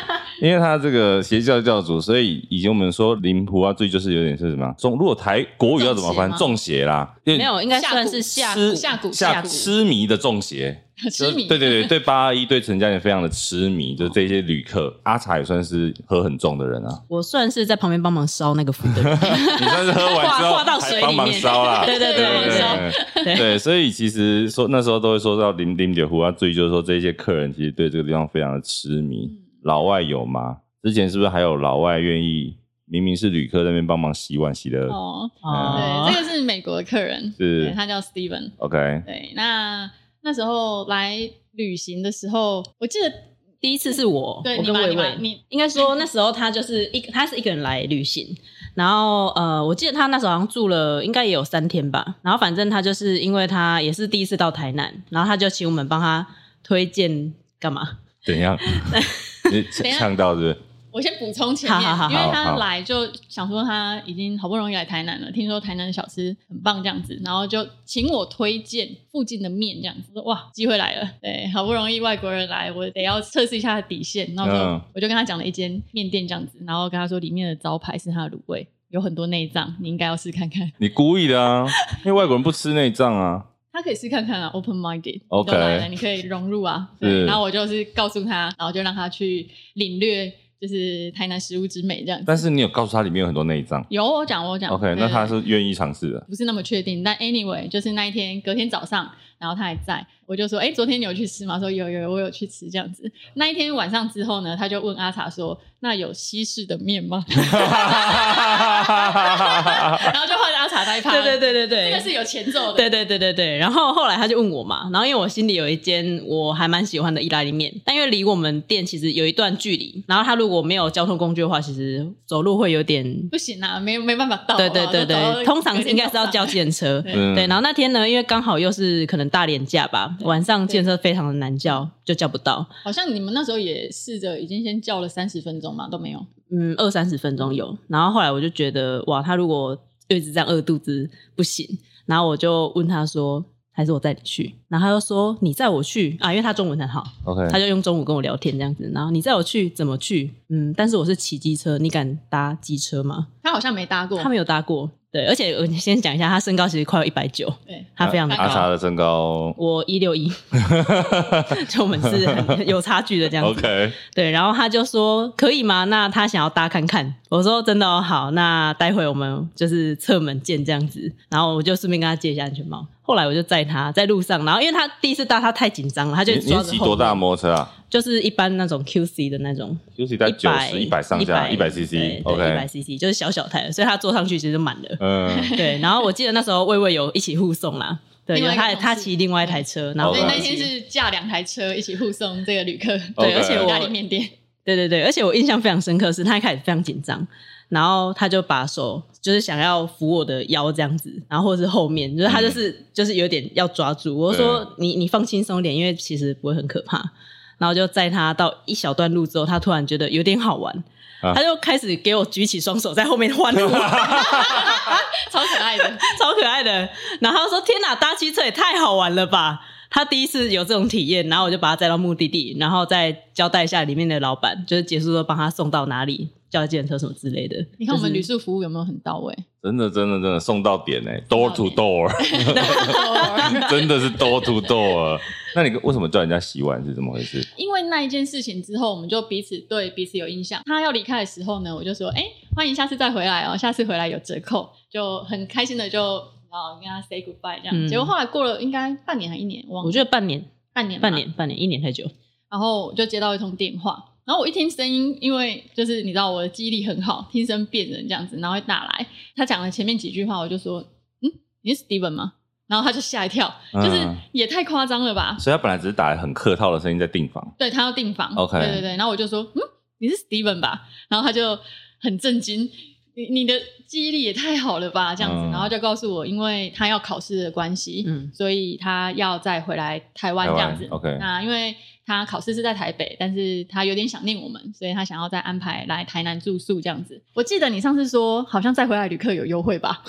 S1: 因为他这个邪教教主，所以以前我们说灵狐啊，最就是有点是什么样中，如果台国语要怎么翻，
S2: 中
S1: 中邪啦，没
S3: 没有，应该算是下
S2: 下
S1: 痴
S2: 下蛊
S1: 下
S2: 下蛊
S1: 痴迷的中邪，
S2: <laughs> 痴迷，
S1: 对对对，对八二一对陈嘉玲非常的痴迷，就是这些旅客，阿茶也算是喝很重的人
S3: <laughs>
S1: 啊，
S3: 我算是在旁边帮忙烧那个符
S1: <laughs>
S3: 的人，
S1: 你算是喝完之
S3: 挂
S1: 后
S3: 挂到
S1: 还
S3: 水
S1: 帮
S3: 里
S1: 忙
S3: 面
S1: 烧
S3: <laughs>
S1: 啦， <laughs>
S3: 对对对
S2: 帮忙烧
S1: 对
S3: 对
S1: 对，所以其实说那时候都会说到零零点胡啊，注意就是说这些客人其实对这个地方非常的痴迷。
S2: 嗯
S1: 老外有吗？之前是不是还有老外愿意明明是旅客在那边帮忙洗碗洗的、
S2: 哦，
S3: 哦
S2: 对，这个是美国的客人，
S1: 是
S2: 对他叫 Steven。
S1: o k
S2: 对，那那时候来旅行的时候，我记得
S3: 第一次是我，
S2: 对
S3: 我
S2: 你
S3: 跟
S2: 吧，
S3: 魏
S2: 你吧
S3: 魏，，
S2: 你
S3: 应该说那时候他就是一他是一个人来旅行，然后呃，我记得他那时候好像住了应该也有三天吧，然后反正他就是因为他也是第一次到台南，然后他就请我们帮他推荐干嘛？
S1: 怎
S3: <laughs>
S1: 样？你
S2: 等一下
S1: 呛到是不是？
S2: 我先补充前面，
S3: 好好好
S2: 因为
S1: 好
S2: 他
S1: 好
S2: 来就想说他已经好不容易来台南了，听说台南的小吃很棒这样子，然后就请我推荐附近的面这样子。我说哇，机会来了，对，好不容易外国人来，我得要测试一下他的底线。然后我就、
S1: 嗯
S2: 我就跟他讲了一间面店这样子，然后跟他说里面的招牌是他的卤味，有很多内脏，你应该要试看看。
S1: 你故意的啊，因为外国人不吃内脏啊。
S2: 他可以试看看啊，open minded，
S1: OK
S2: 都来了，你可以融入啊。
S1: 是
S2: 对，然后我就是告诉他，然后就让他去领略，就是台南食物之美这样子。
S1: 但是你有告诉他里面有很多内脏
S2: 有
S3: 嗯
S2: 我讲，我讲。
S1: ，OK？
S2: 对
S1: 那他
S2: 对
S1: 是愿意尝试的。
S2: 不是那么确定，但 anyway，就是那一天隔天早上，然后他还在，我就说，哎、昨天你有去吃吗？他说有有有，我有去吃这样子。那一天晚上之后呢，他就问阿茶说，那有西式的面吗？
S1: <laughs>
S2: 然后就换阿茶那一趴，
S3: 对对，对对对，
S2: 这个是有前奏的，
S3: 对对对对对，然后后来他就问我嘛，然后因为我心里有一间我还蛮喜欢的意大利面，但因为离我们店其实有一段距离，然后他如果没有交通工具的话，其实走路会有点。
S2: 不行啊，没没办法到啊，
S3: 对对对
S2: 都走到
S3: 对，通常应该是要叫计程车。
S2: 对
S1: 嗯
S3: 对，然后那天呢，因为刚好又是可能大廉价吧，晚上建车非常的难叫，就叫不到。
S2: <laughs> 好像你们那时候也试着已经先叫了三十分钟嘛，都没有。
S3: 嗯，二三十分钟有。然后后来我就觉得，哇，他如果一直这样饿肚子不行。然后我就问他说，还是我带你去？然后他就说你载我去啊，因为他中文很好，他
S1: OK，
S3: 就用中午跟我聊天这样子。然后你载我去怎么去？嗯，但是我是骑机车，你敢搭机车吗？
S2: 他好像没搭过，
S3: 他没有搭过。对，而且我先讲一下，他身高其实快要一百九，
S2: 对
S3: 他非常的
S1: 啊阿阿茶
S3: 高。
S1: 的身高
S3: 我一六一，就我们
S1: <laughs>
S3: 是很有差距的这样子。
S1: OK，
S3: 对，然后他就说可以吗？那他想要搭看看。我说真的哦，好，那待会我们就是侧门见这样子。然后我就顺便跟他借一下安全帽。后来我就载他在路上，然后因为他第一次搭，他太紧张了，他就
S1: 你
S3: 抓
S1: 你
S3: 着
S1: 骑
S3: 后
S1: 多大
S3: 面
S1: 的摩托车啊？
S3: 就是一般那种 QC 的那种，
S1: 休息在九十、一百上下、一百
S3: 对
S1: CC。
S3: 对，一百
S1: OK，
S3: CC 就是小小台的，所以他坐上去其实就满了。 <laughs>
S1: 嗯，
S3: 对，然后我记得那时候魏魏有一起护送啦，对，
S2: 另
S3: 有
S2: 外一个
S3: 他
S2: 同事
S3: 他骑另外一台车，然后
S2: 所以
S3: 我
S2: 那
S3: 骑
S2: 天是架两台车一起护送这个旅客。
S1: OK
S3: 对，而且
S2: 意
S3: 我
S2: 大利面店，
S3: 对对对，而且我印象非常深刻是，他一开始非常紧张，然后他就把手就是想要扶我的腰这样子，然后或者是后面，就是他就是、就是有点要抓住，我就说你你放轻松一点，因为其实不会很可怕。然后就载他到一小段路之后，他突然觉得有点好玩，
S1: 啊
S3: 他就开始给我举起双手在后面欢呼，
S2: 超可
S3: <laughs>
S2: 爱的。
S3: 超可爱的。然后他说：“天哪，搭机车也太好玩了吧！”他第一次有这种体验，然后我就把他载到目的地，然后再交代一下里面的老板，就是结束之后帮他送到哪里，叫计程车什么之类的。
S2: 你看我们
S3: 就是
S2: 旅宿服务有没有很到位？ <laughs>
S1: 真的真的真的送到点
S3: <laughs>
S1: 哎，door to door，真的是 door to door。那你为什么叫人家洗碗是怎么回事？
S2: 因为那一件事情之后，我们就彼此对彼此有印象。他要离开的时候呢，我就说：“哎、欢迎下次再回来哦，下次回来有折扣。”就很开心的就然后跟他 say goodbye 这样。
S3: 嗯
S2: 结果后来过了应该半年还一年，我忘了，
S3: 我觉得半年，
S2: 半年吧
S3: 半年，半年，一年太久。
S2: 然后我就接到一通电话，然后我一听声音，因为就是你知道我的记忆力很好，听声辨人这样子，然后会打来。他讲了前面几句话，我就说：“嗯，你是 Steven 吗？”然后他就吓一跳，就是
S1: 嗯
S2: 也太夸张了吧？
S1: 所以他本来只是打很客套的声音在订房， <laughs>
S2: 对他要订房
S1: OK
S2: 对对对。然后我就说：“嗯，你是 Steven 吧？”然后他就很震惊。你你的记忆力也太好了吧，这样子，
S1: 嗯
S2: 然后就告诉我，因为他要考试的关系，
S3: 嗯，
S2: 所以他要再回来台湾这样子
S1: 台。湾，OK
S2: 那因为他考试是在台北，但是他有点想念我们，所以他想要再安排来台南住宿这样子。我记得你上次说，好像再回来旅客有优惠吧？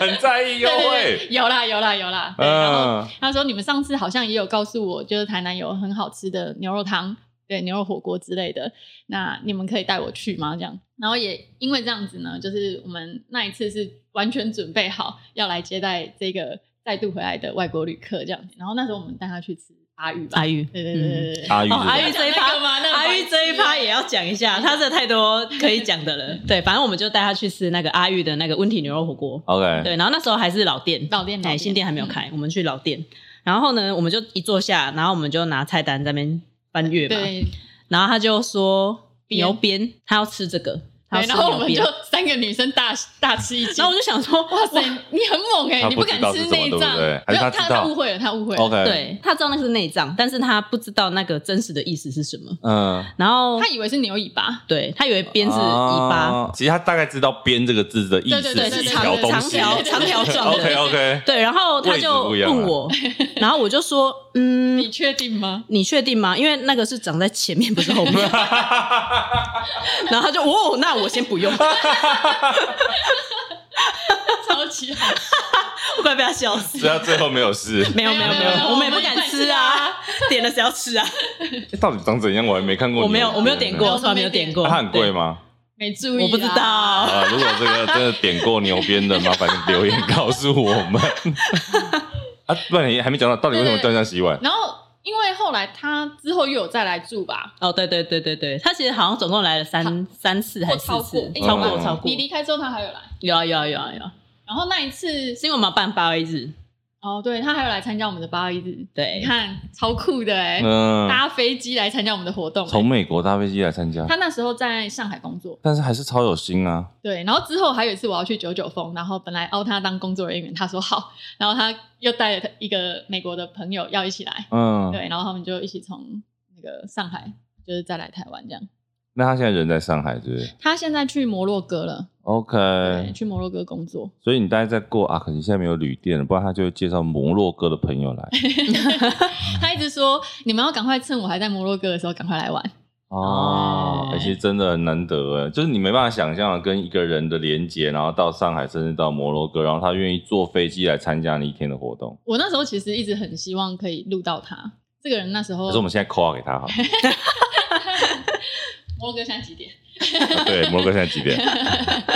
S1: 很在意优
S2: 对对
S1: 惠。
S2: 对 <laughs> 有啦有啦有啦。对，然后
S1: 嗯，
S2: 他说你们上次好像也有告诉我，就是台南有很好吃的牛肉汤，对，牛肉火锅之类的，那你们可以带我去吗？这样，然后也因为这样子呢，就是我们那一次是完全准备好要来接待这个再度回来的外国旅客这样子，然后那时候我们带他去吃阿玉吧，
S3: 阿玉
S2: 对对对对对。
S1: 阿玉是
S3: 哦，阿
S1: 谁，
S3: 玉这一
S2: 那个
S3: 趴，
S2: 吗那个
S3: 阿玉这一趴也要讲一下，他这太多可以讲
S2: <laughs>
S3: 的了。对，反正我们就带他去吃那个阿玉的那个温体牛肉火
S2: 嗯
S3: 锅。
S1: OK，
S3: 对，然后那时候还是老店，
S2: 老店老
S3: 哎，
S2: 店嗯
S3: 新店还没有开，我们去老店。然后呢，我们就一坐下，然后我们就拿菜单在那边翻阅嘛。
S2: 对，
S3: 然后他就说
S2: 边
S3: 牛鞭，他要吃这个，他要
S2: 对
S3: 吃
S2: 然后我
S3: 牛
S2: 们就
S3: 鞭。
S2: 三个女生大大吃一惊
S3: 然后，我就想说，
S2: 哇
S3: 哇
S2: 塞
S3: 塞，，
S2: 你很猛哎、
S1: 他
S2: 你
S1: 不
S2: 敢
S1: 知道
S2: 吃
S1: 是什么
S2: 内
S1: 对不
S2: 脏，
S1: 对还
S2: 没
S1: 是
S2: 有
S1: 他
S2: 他
S1: 知道
S2: 他误会了，他误会了
S1: OK，，
S3: 对他知道那个是内脏，但是他不知道那个真实的意思是什么。
S1: 嗯，
S3: 然后
S2: 他以为是牛尾巴，
S3: 对他以为鞭是尾巴，
S1: 哦其实他大概知道“鞭”这个字的意思
S2: 对对对
S1: 是一
S2: 对
S1: 条
S2: 对
S1: 东
S3: 长
S1: 西。
S3: 条长条状
S1: OK
S3: 的。
S1: OK，
S3: 对，然后他就
S1: 位置不一样啊
S3: 问我，
S2: <laughs>
S3: 然后我就说，嗯，
S2: 你确定吗？
S3: 你确定吗？因为那个是长在前面，不是
S1: <laughs>
S3: 后面。然后他就哦，那我先不用， <laughs> 我
S2: <laughs> 超级好
S3: 快被他笑死。
S1: 所以他最后没有事。
S3: 没有没有没
S2: 没有没
S3: 有，
S2: 有
S3: 我们也不敢吃啊， <laughs> 点了谁要吃啊？
S1: 欸到底长怎样？我还没看过。
S3: 我没有我没有点过，
S2: 没
S3: 我
S2: 有
S3: 从来没有点过。
S1: 啊
S3: 啊
S1: 那它很贵
S3: 吗？
S1: 吗？
S2: 没注意啦，
S3: 我不知道，
S1: 啊，如果这个真的点过牛鞭的，麻烦留言告诉我们。
S3: <laughs>
S1: 啊，不然你还没讲到，到底为什么叫人家洗碗？
S2: 然后因为后来他之后又有再来住吧，
S3: 哦，对对对对对，他其实好像总共来了三三次还
S2: 或
S3: 是
S2: 超
S3: 四
S2: 过
S3: 次，
S2: 诶
S3: 超过哎
S1: 嗯
S3: 超过
S2: 你，离开之后他还有来，
S3: 有啊有啊有啊有啊。
S2: 然后那一次
S3: 是因为我们要办八二一日，
S2: 哦，对他还有来参加我们的八二一日，你
S3: <laughs> 对，
S2: 看超酷的哎、
S1: 嗯，
S2: 搭飞机来参加我们的活动、
S1: 从
S2: 哎
S1: 美国搭飞机来参加，
S2: 他那时候在上海工作，
S1: 但是还是超有心啊。
S2: 对，然后之后还有一次我要去九九峰，然后本来邀他当工作人员，他说好，然后他又带了他一个美国的朋友要一起来，
S1: 嗯，
S2: 对，然后他们就一起从那个上海就是再来台湾这样。
S1: 那他现在人在上海，对不对
S2: 他现在去摩洛哥了，对，
S1: ？OK，
S2: 去摩洛哥
S1: <laughs>
S2: 工作，
S1: 所以你大概在过啊，可能现在没有旅店了，不然他就会介绍摩洛哥的朋友来。
S2: 他一直说你们要赶快趁我还在摩洛哥的时候赶快来玩，
S1: 哦，
S3: 哎
S1: 而且真的很难得哎，就是你没办法想象跟一个人的连接，然后到上海，甚至到摩洛哥，然后他愿意坐飞机来参加你一天的活动。
S2: 我那时候其实一直很希望可以录到他这个人。那时候
S1: 可是我们现在 call 给他 <laughs> 好了？
S2: 摩洛哥现在几点？
S1: 啊对，摩洛哥现在几 <laughs> 点？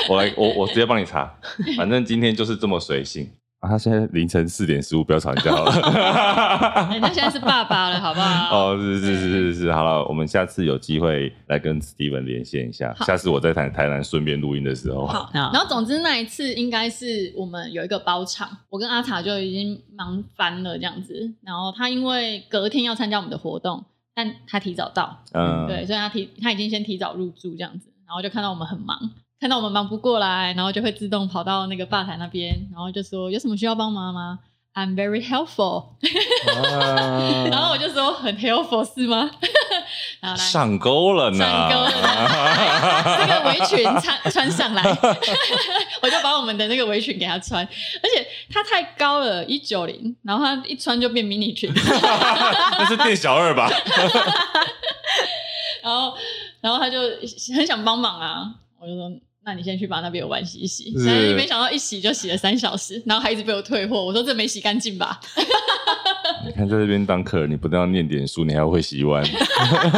S1: 我来，我我直接帮你查，反正今天就是这么随性。啊，他现在凌晨四点十五，不要吵架 <laughs> 好哎了。
S2: 人家哎现在是爸爸了，好不好？
S1: 哦，是是是是是，好了，我们下次有机会来跟 Steven 连线一下。
S2: 好
S1: 下次我在台台南顺便录音的时候，
S2: 好，
S3: 然
S2: 然后总之那一次应该是我们有一个包场，我跟阿塔就已经忙翻了这样子。然后他因为隔天要参加我们的活动，但他提早到，
S1: 嗯， <laughs>
S2: 对，所以他提他已经先提早入住这样子，然后就看到我们很忙，看到我们忙不过来，然后就会自动跑到那个吧台那边，然后就说有什么需要帮忙吗？I'm very helpful，
S1: 啊
S2: <laughs> 然后我就说很 helpful 是吗？ <laughs> 然后来
S1: 上钩了呢，
S2: 上钩这个围裙穿 <laughs> 穿上来，我就把我们的那个围裙给他穿，而且他太高了，一九零，然后他一穿就变迷你裙，
S1: <laughs>
S2: <laughs>
S1: 那是店小二吧？
S2: 然后然后他就很想帮忙啊，我就说。那你先去把那边有碗洗一洗，
S1: 是
S2: 但是没想到一洗就洗了三小时，然后还一直被我退货。我说这没洗干净吧？
S1: 你看在这边当客人，你不但要念点书，你还要会洗碗， <laughs>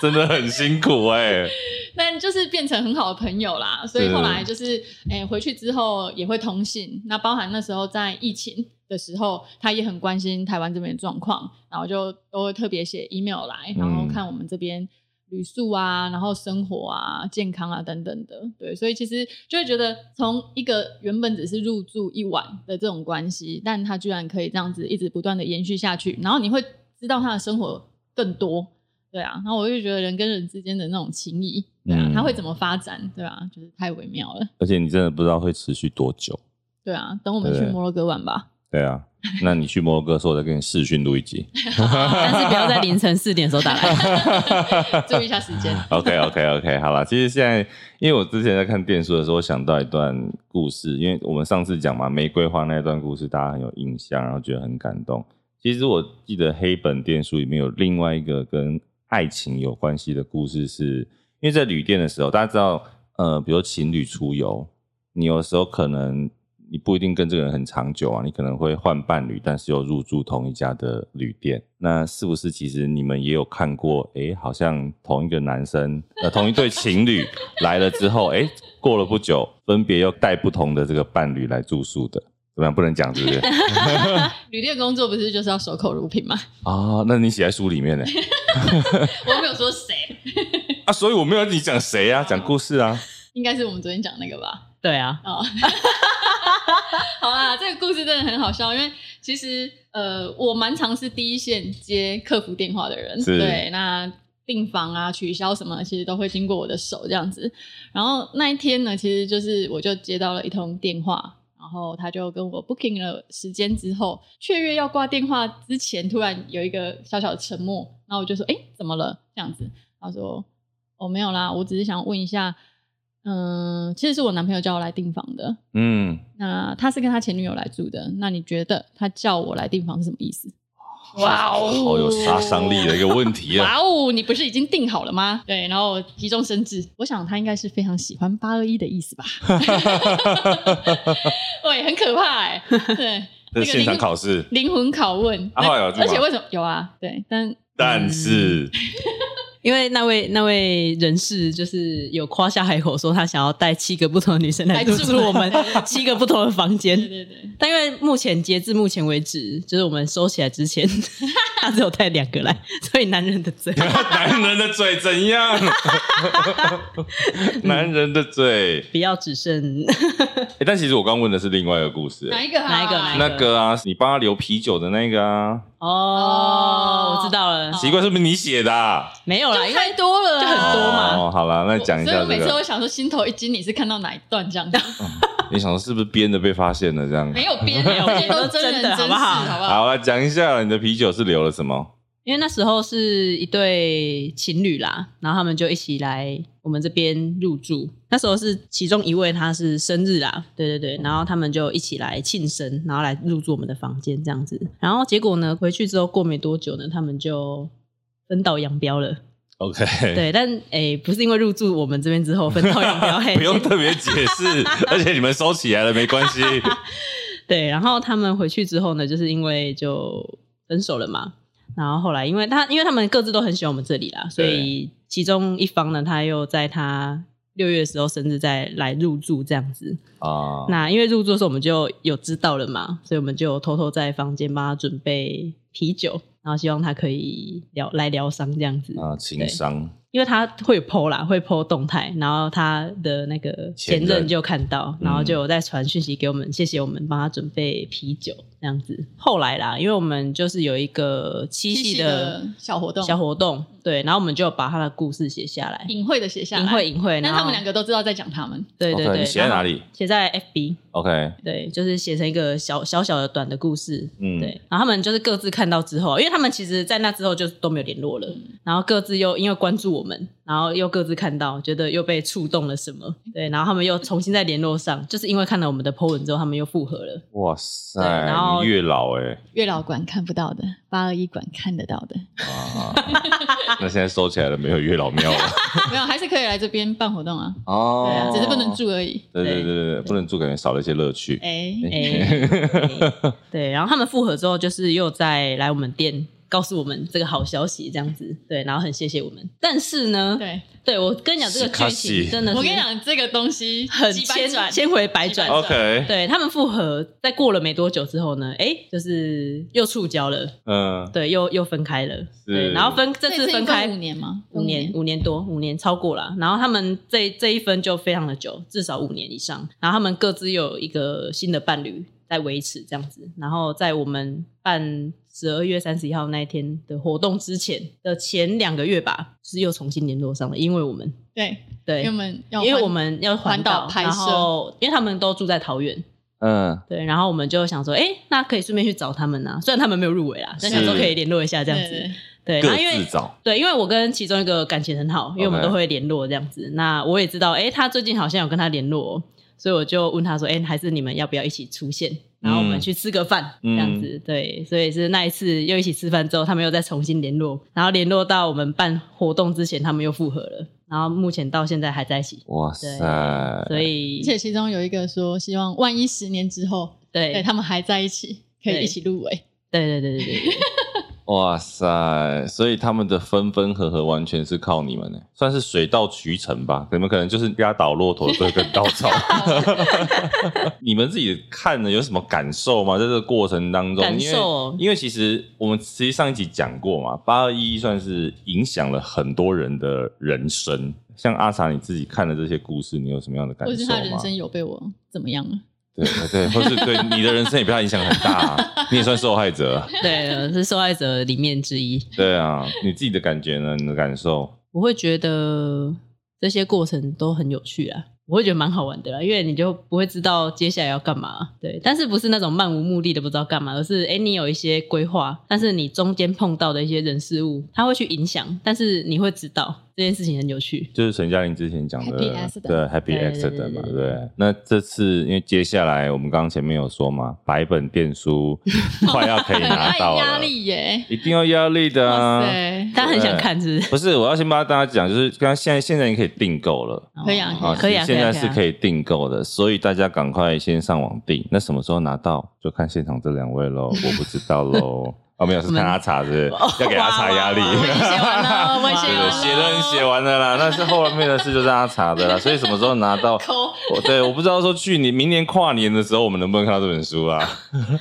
S1: 真的很辛苦哎、
S2: 但就是变成很好的朋友啦，所以后来就是，哎、回去之后也会通信。那包含那时候在疫情的时候，他也很关心台湾这边的状况，然后就都会特别写 email 来，然后看我们这边旅宿啊，然后生活啊、健康啊等等的。对，所以其实就会觉得，从一个原本只是入住一晚的这种关系，但他居然可以这样子一直不断的延续下去，然后你会知道他的生活更多。对啊，然后我就觉得人跟人之间的那种情谊，对啊，
S1: 嗯
S2: 他会怎么发展，对啊，就是太微妙了，
S1: 而且你真的不知道会持续多久。
S2: 对啊，等我们去
S1: 对
S2: 摩洛哥玩吧。
S1: 对啊，那你去摩洛哥的时候，我再跟你视讯录一集。
S3: 但是不要在凌晨四点的时候打 <laughs> 来。
S2: 注意一下时
S1: <laughs>
S2: 间。
S1: OK OK OK，好啦，其实现在，因为我之前在看电书的时候，我想到一段故事，因为我们上次讲嘛，玫瑰花那段故事，大家很有印象，然后觉得很感动。其实我记得黑本电书里面有另外一个跟爱情有关系的故事是，因为在旅店的时候，大家知道，呃，比如情侣出游，你有时候可能你不一定跟这个人很长久啊，你可能会换伴侣，但是又入住同一家的旅店。那是不是其实你们也有看过？诶，好像同一个男生，呃，同一对情
S3: <laughs>
S1: 侣来了之后，诶，过了不久，分别又带不同的这个伴侣来住宿的，怎么样？不能讲，是
S3: <laughs>
S1: 不是？
S2: 旅店工作不是就是要守口如瓶吗？ <laughs>
S1: 啊，那你写在书里
S3: <laughs>
S1: 面呢？
S2: 我又没有说谁，
S1: 啊，所以我没有让你讲谁啊，讲故事啊。
S2: 应该是我们昨天讲那个吧。
S3: 对啊，
S2: 哦， <laughs> 好啦，这个故事真的很好笑，因为其实呃，我蛮常是第一线接客服电话的人，
S1: 是
S2: 对，那订房啊、取消什么，其实都会经过我的手这样子。然后那一天呢，其实就是我就接到了一通电话。然后他就跟我 booking 了时间之后，雀跃要挂电话之前，突然有一个小小的沉默，然后我就说：“哎，怎么了？”这样子，他说：“哦，没有啦，我只是想问一下，嗯、其实是我男朋友叫我来订房的。
S1: 嗯，
S2: 那他是跟他前女友来住的，那你觉得他叫我来订房是什么意思？
S3: 哇哦
S1: 好有杀伤力的一个问题啊！
S2: 哇哦，你不是已经订好了吗？对，然后我急中生智，我想他应该是非常喜欢八二一的意 <laughs> 思吧？
S3: 哦 <laughs>
S2: 对，很可怕 <laughs> 哎、对，
S1: 这是现场考试，
S2: 灵魂拷问。
S1: 啊后来有住吗
S2: 而且为什么有啊？对，但
S1: 但是
S3: 因为那位那位人士就是有夸下海口说他想要带七个不同的女生来
S2: 来
S3: 入
S2: 住
S3: 住我们七个不同的房
S2: 对
S3: 间，
S2: 对对，
S3: 但因为目前截至目前为止，就是我们收起来之前， <laughs> 他只有带两个来，所以男人的 <laughs> 罪。
S1: <laughs> 男人的嘴怎样？男人的嘴、
S3: 不要只 <laughs> 剩
S1: 诶但其实我刚问的是另外一个故事、
S2: 哪
S1: 诶
S2: 一个啊？
S3: 哪一个哪一
S1: 那个啊，你帮他留啤酒的那个啊，
S3: 哦，我知道了，
S1: 奇怪，是不是你写的、啊？
S3: 没有啦，
S2: 就
S3: 因
S2: 太
S3: 为
S2: 多了啊，
S3: 就很多嘛
S1: 哦，好啦，那讲一
S2: 所以
S1: 下
S2: 我每
S1: 这
S2: 次都
S1: 个。
S2: 会想说，心头一惊，你是看到哪一段这样子？
S1: 你想说是不是编的被发现了这样？
S2: <laughs> 没有欸啊编的，这些都是真人
S3: 真
S2: <laughs>
S3: 的
S2: 真
S3: 好
S2: 事，
S3: 不好
S2: 好不好？
S1: 好了，讲一下你的啤酒是留了什么？
S3: 因为那时候是一对情侣啦，然后他们就一起来我们这边入住。那时候是其中一位他是生日啦，对对对，然后他们就一起来庆生，然后来入住我们的房间这样子。然后结果呢，回去之后过没多久呢，他们就分道扬镳了。
S1: OK，，
S3: 对，但诶、不是因为入住我们这边之后分道扬镳，嘿
S1: <laughs> 不用特别解释，而且你们收起来了没关系。
S3: <laughs> 对，然后他们回去之后呢，就是因为就分手了嘛。然后后来，因为他因为他们各自都很喜欢我们这里啦，所以其中一方呢，他又在他六月的时候生日再来入住这样子。
S1: 啊，
S3: 那因为入住的时候我们就有知道了嘛，所以我们就偷偷在房间帮他准备啤酒，然后希望他可以疗来疗伤这样子。
S1: 啊，情商
S3: 因为他会 PO 啦，会 PO 动态，然后他的那个
S1: 前
S3: 前
S1: 任
S3: 任就看到，然后
S1: 嗯
S3: 就有在传讯息给我们，谢谢我们帮他准备啤酒这样子。后来啦，因为我们就是有一个七
S2: 七
S3: 夕
S2: 夕
S3: 的
S2: 的小活动，
S3: 小活动，对，然后我们就把他的故事写下
S2: <laughs>
S3: 来，
S2: 隐晦的写下来，
S3: 隐晦，隐晦，
S2: 但他们两
S3: 个
S2: 个都知道在讲他们。
S3: 对对
S1: OK，哦
S3: 对，
S1: 你写在
S3: 然后
S1: 哪里
S3: 写在 FB，
S1: ？OK，
S3: 对，就是写成一个小小小的短的故事，
S1: 嗯
S3: 对。然后他们就是各自看到之后，因为他们其实，在那之后就都没有联络了，
S2: 嗯
S3: 然后各自又因为关注我们，然后又各自看到，觉得又被触动了什么，
S2: 嗯
S3: 对。然后他们又重新再联络上，就是因为看了我们的 po 文之后，他们又复合了。
S1: 哇塞，
S3: 对然后
S1: 你月老哎、
S2: 月老馆看不到的，八二一馆看得到的，
S3: <laughs>
S1: 啊， <laughs> 那现在收起来了，没有月老
S3: <laughs>
S1: 庙
S3: 啊
S1: 了
S2: 没有，还是可以来这边办活动啊，对
S1: 哦
S2: 啊，只是不能。住而已。
S1: 对对对对对，不能住感觉少了一些乐趣。
S2: 哎，
S3: 哎、
S2: <laughs>
S3: 哎对。然后他们复合之后，就是又再来我们店。告诉我们这个好消息，这样子对，然后很谢谢我们。但是呢，
S2: 对，
S3: 对我跟你讲，这个
S1: 是卡
S3: 剧情
S1: 西
S3: 真的是
S2: 我跟你讲，这个东西
S3: 很
S2: 几百
S3: 千
S2: 转，
S3: 千回百转
S2: 几百。转
S1: OK，
S3: 对他们复合，在过了没多久之后呢，哎、就是又触礁了，
S1: 嗯，
S3: 对，又又分开了，对，然后分这次
S2: 这
S3: 分
S2: 五
S3: 开
S2: 年吗？
S3: 五年，五年多，五年超过了，然后他们这这一分就非常的久，至少五年以上，然后他们各自又有一个新的伴侣在维持这样子，然后在我们办十二月三十一号那一天的活动之前的前两个月吧，是又重新联络上了，因为我们
S2: 对，
S3: 对
S2: 因为我。们要
S3: 因为
S2: 换
S3: 我们要环
S2: 环
S3: 岛
S2: 岛拍摄
S3: 然后因为他们都住在桃园，
S1: 嗯，
S3: 对，然后我们就想说，哎、那可以顺便去找他们啊。虽然他们没有入围啦，但
S1: 是
S3: 想说可以联络一下这样
S2: 对
S3: 子
S2: 对。
S3: 对，然
S1: 各
S3: 后因为
S1: 自找
S3: 对，因为我跟其中一个感情很好，因为我们
S1: OK
S3: 都会联络这样子。那我也知道，哎、他最近好像有跟他联络、哦，所以我就问他说，哎、还是你们要不要一起出现？然后我们去吃个饭，
S1: 嗯
S3: 这样子，对，所以是那一次又一起吃饭之后，他们又再重新联络，然后联络到我们办活动之前，他们又复合了，然后目前到现在还在一起，
S1: 哇
S3: 对，
S1: 塞，
S3: 所以
S2: 而且其中有一个说，希望万一十年之后，
S3: 对
S2: 对
S3: 对
S2: 他们还在一起，可以一起入围。
S3: 对对对对对，
S1: 哇塞，所以他们的分分合合完全是靠你们呢，欸算是水到渠成吧。你们可能就是压倒骆驼的这根稻草。你们自己看了有什么感受吗？在这个过程当中，
S3: 感
S1: 因为
S3: 受哦
S1: 因为其实我们其实上一集讲过嘛，八二一算是影响了很多人的人生。像阿茶，你自己看了这些故事，你有什么样的感
S2: 或者
S1: 受
S2: 是
S1: 吗？
S2: 他人生有被我怎么样了？
S1: 对对对，或是对你的人生也被他影响很大、啊，你也算受害者啊。
S3: <laughs> 对，呃是受害者里面之一。
S1: 对啊，你自己的感觉呢？你的感受？
S3: 我会觉得这些过程都很有趣啊，我会觉得蛮好玩的啦，因为你就不会知道接下来要干嘛。对，但是不是那种漫无目的的不知道干嘛，而是哎，诶你有一些规划，但是你中间碰到的一些人事物，它会去影响，但是你会知道这件事情很有趣。
S1: 就是陈嘉玲之前讲的
S2: Happy accident
S1: 对 Happy
S3: 对
S1: Accident 嘛，对
S3: 对对
S1: 不对？那这次因为接下来我们刚刚前面有说嘛，白本电
S3: <laughs>
S1: 书快要可以拿到了，
S2: 很爱压力耶！
S1: 一定要压力的
S2: 哇
S1: 啊！
S2: 塞，
S3: 大家很想看是不是？
S1: 不是，我要先帮大家讲，就是刚刚现在现在你可以订购了。
S2: 可以啊
S1: 啊，
S3: 可以啊，
S1: 现在是可
S3: 以啊。
S1: 以订购的，所以大家
S3: <laughs>
S1: 赶快先上网订。那什么时候拿到，就看现场这两位喽，我不知道喽。哦，没有，是看他查是不
S3: 哦
S1: 是，要给他查压力。
S2: 我已经写完了，我已经
S1: 对
S2: 写
S1: 对，写都
S2: 完
S1: 已
S2: 了，
S1: 经写完了
S3: 哦
S1: 啦，但是后面的事就是让他查的啦，所以什么时候拿
S3: <laughs>
S1: 到？
S2: 抠，
S1: 我对，我不知道说去年明年跨年的时候，我们能不能看到这本书
S3: <laughs>
S1: 啊？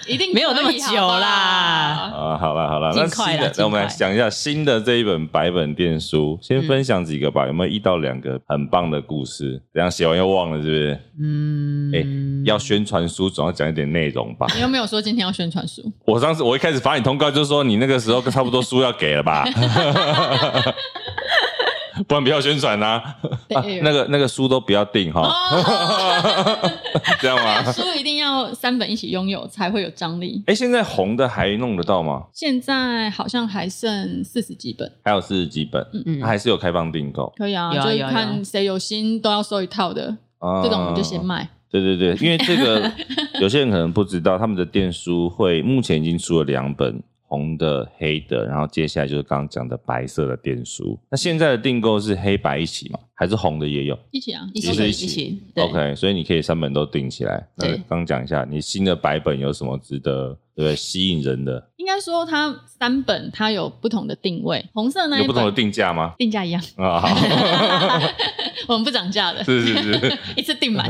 S2: 一定
S3: 没有那么
S2: 可以好
S3: 久
S2: 吧
S3: 啦
S1: 啊，好了好了，那
S3: 尽快啦
S1: 新的
S3: 尽快，
S1: 那我们来讲一下新的这一本百本店书，
S3: 嗯
S1: 先分享几个吧，有没有一到两个很棒的故事？怎样写完又忘了是不是？
S3: 嗯，
S1: 哎要宣传书总要讲一点内容吧。 <laughs>
S2: 你又没有说今天要宣传
S3: <laughs>
S2: 书，
S1: 我上次我一开始发你通告就说你那个时候差不多书要给了吧， <laughs> 不然不要宣传啦、
S2: 对
S1: 啊那个那个书都不要订哈， <laughs> 这样吗？
S2: 书一定要三本一起拥有才会有张力。
S1: 哎，现在红的还弄得到吗？
S2: 现在好像还剩四十几本，
S1: 还有四十几本，
S3: 嗯
S1: 它还是有开放订购
S2: 可以啊，
S3: 有啊
S2: 就是
S3: 有啊哦有
S2: 看
S3: 啊
S2: 谁有心都要收一套的，
S1: 啊
S2: 这种我们就先卖。
S1: 对对对，因为这个有些人可能不知道，他们的电书会目前已经出了两本。红的、黑的，然后接下来就是刚刚讲的白色的电书。那现在的订购是黑白一起吗？还是红的也有？
S2: 一起啊，
S3: 一
S1: 其
S3: 起
S1: 实
S3: 一
S1: 一起
S3: 起，对
S1: OK，所以你可以三本都订起来。那
S3: 对
S1: 刚讲一下，你新的白本有什么值得对不对吸引人的？
S2: 应该说它三本它有不同的定位，红色那
S1: 有
S2: 一
S1: 不同的
S2: 本
S1: 定价吗？
S2: 定价一
S1: <laughs>
S2: 样， <laughs>
S1: 啊，好
S2: 我们不涨价的，
S1: 是是是，
S2: <laughs> 一次订满。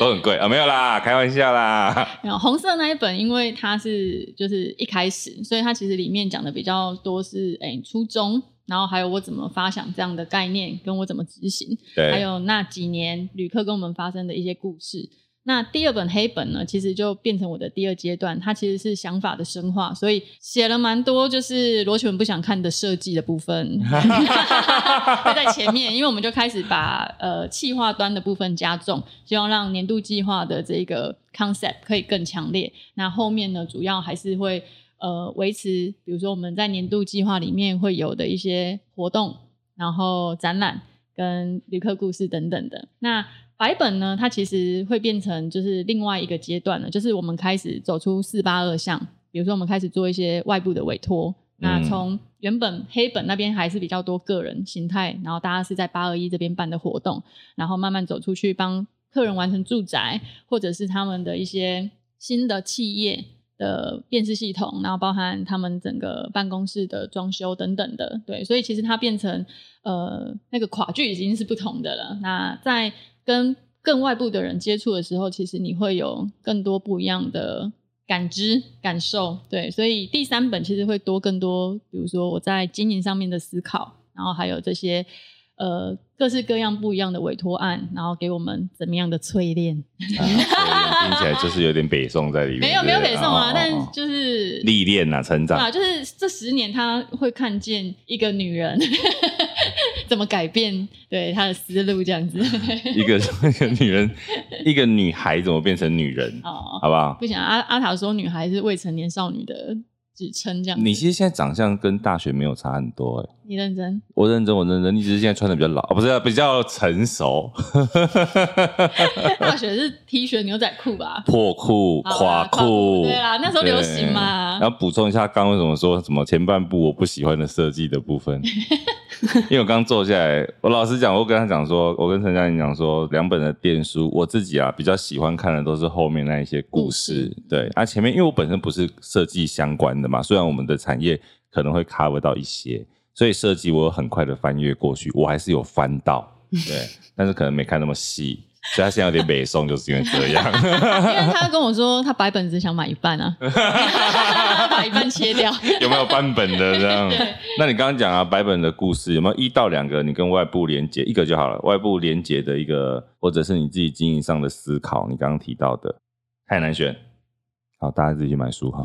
S1: 都很贵啊，没有啦，开玩笑
S2: <laughs>
S1: 啦。
S2: 没有红色那一本，因为它是就是一开始，所以它其实里面讲的比较多是哎、初衷，然后还有我怎么发想这样的概念，跟我怎么执行，还
S1: 对，
S2: 有那几年旅客跟我们发生的一些故事。那第二本黑本呢，其实就变成我的第二阶段，它其实是想法的深化，所以写了蛮多就是罗全不想看的设计的部分，会在前面，因为我们就开始把呃企划端的部分加重，希望让年度计划的这个 concept 可以更强烈。那后面呢，主要还是会呃维持，比如说我们在年度计划里面会有的一些活动，然后展览跟旅客故事等等的。那白本呢，它其实会变成就是另外一个阶段了，就是我们开始走出四八二项，比如说我们开始做一些外部的委托。那
S1: 嗯
S2: 从原本黑本那边还是比较多个人形态，然后大家是在八二一这边办的活动，然后慢慢走出去帮客人完成住宅，或者是他们的一些新的企业的辨识系统，然后包含他们整个办公室的装修等等的，对，所以其实它变成呃那个跨距已经是不同的了。那在跟更外部的人接触的时候，其实你会有更多不一样的感知、感受，对，所以第三本其实会多更多，比如说我在经营上面的思考，然后还有这些。呃，各式各样不一样的委托案，然后给我们怎么样的淬炼？
S1: 啊所以听起来就是有点北宋在里面。
S2: 没有没有北宋啊，
S1: 对不对哦哦
S2: 但
S1: 哦
S2: 就是
S1: 历练啊，成
S2: 啊，
S1: 长。
S2: 就是这十年他会看见一个女人 <laughs> 怎么改变对她的思路
S1: <laughs>
S2: 这样子。
S1: 一个一个女
S2: <laughs>
S1: 人，一个女孩怎么变成女人，
S2: 哦，
S1: 好不好？
S2: 不想阿阿塔说女孩是未成年少女的指称这样子。
S1: 你其实现在长相跟大学没有差很多哎、
S2: 你认真， <laughs>
S1: 我认真，我认真。你只是现在穿的比较老，啊、不是、比较成熟，
S2: 大学是 T 恤牛仔裤吧？
S1: 破裤、
S2: 好啦
S1: 垮裤。
S2: 对啦，那时候流行嘛
S1: 哦对。然后补充一下，刚刚为什么说什么前半部我不喜欢的设计的部 <laughs> 分？因为我刚坐下来，我老实讲，我跟他讲说，我跟陈嘉玲讲说，两本的电书，我自己啊比较喜欢看的都是后面那一些故事，对。啊，前面因为我本身不是设计相关的嘛，虽然我们的产业可能会 cover 到一些，所以设计我有很快的翻阅过去，我还是有翻到， <laughs> 对，但是可能没看那么细，所以他现在有点北宋，就是因为这 <laughs> 样。
S2: <laughs> 因为他跟我说他白本只想买一半啊， <laughs>
S1: 哎
S2: 把一半
S1: <laughs>
S2: 切掉。 <laughs>
S1: 有没有版本的这样
S2: 对？
S1: 那你刚刚讲啊，版本的故事有没有一到两个？你跟外部连接一个就好了，外部连接的一个，或者是你自己经营上的思考，你刚刚提到的太难选。好，大家自己去买
S2: <laughs>
S1: 书哈。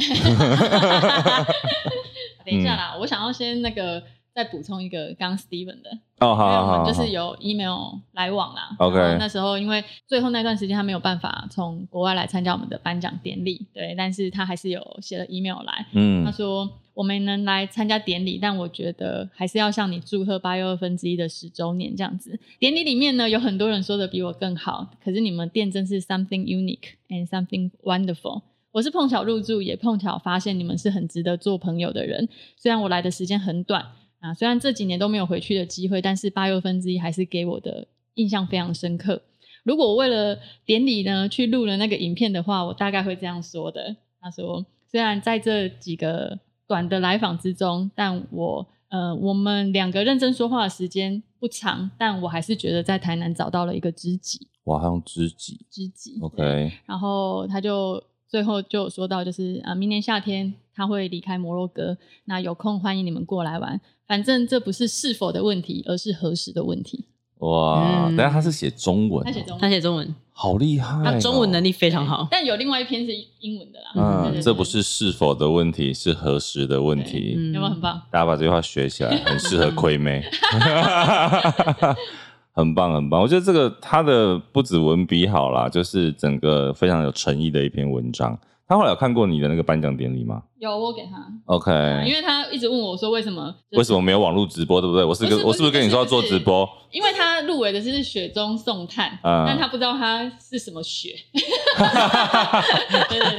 S2: 等一下
S1: 嗯
S2: 啦，我想要先那个再补充一个刚刚 Steven 的，
S1: 哦，好
S2: 因为
S1: 好
S2: 我
S1: 好，
S2: 们就
S1: 好
S2: 是有 email 来往啦。
S1: OK
S2: 然后那时候因为最后那段时间他没有办法从国外来参加我们的颁奖典礼，对，但是他还是有写了 email 来，
S1: 嗯
S2: 他说我没能来参加典礼，但我觉得还是要向你祝贺八又二分之一的十周年这样子。典礼里面呢，有很多人说的比我更好，可是你们店真是 something unique and something wonderful。我是碰巧入住，也碰巧发现你们是很值得做朋友的人。虽然我来的时间很短啊，虽然这几年都没有回去的机会，但是八又二分之一还是给我的印象非常深刻。如果我为了典礼呢去录了那个影片的话，我大概会这样说的。他说，虽然在这几个短的来访之中，但我呃，我们两个认真说话的时间不长，但我还是觉得在台南找到了一个知己，
S1: 我好像知己
S2: 知己。
S1: ，OK，
S2: 然后他就最后就有说到，就是啊、呃明年夏天他会离开摩洛哥，那有空欢迎你们过来玩。反正这不是是否的问题，而是何时的问题。
S1: 哇，
S3: 嗯
S1: 等一下他是写中文哦，
S2: 他写中
S3: 他
S2: 文，
S3: 写中文，
S1: 好厉害，哦
S3: 他中文能
S1: 力，
S3: 力非常好。
S2: 但有另外一篇是英文的啦。
S3: 嗯
S2: 对
S1: 嗯，
S2: 对对
S1: 这不是是否的问题，是何时的问题，
S3: 嗯
S2: 有没有很棒？
S1: 大家把这句话学起
S2: <laughs>
S1: 来，很适合亏妹， <laughs> 很棒很棒。我觉得这个他的不止文笔好啦，就是整个非常有诚意的一篇文章。他后来有看过你的那个颁奖典礼吗
S2: 哦有我给他，
S1: ？OK，
S2: 因为他一直问我说为什么？就是
S1: 为什么没有网络直播，对不对？我是
S2: 不
S1: 跟
S2: 是
S1: 我是不是
S2: 不是
S1: 跟你说要
S2: 不
S1: 做
S2: 是
S1: 直播？
S2: 因为他入围的是雪中送炭，
S1: 嗯
S2: 但他不知道他是什么
S1: <laughs>
S2: 雪，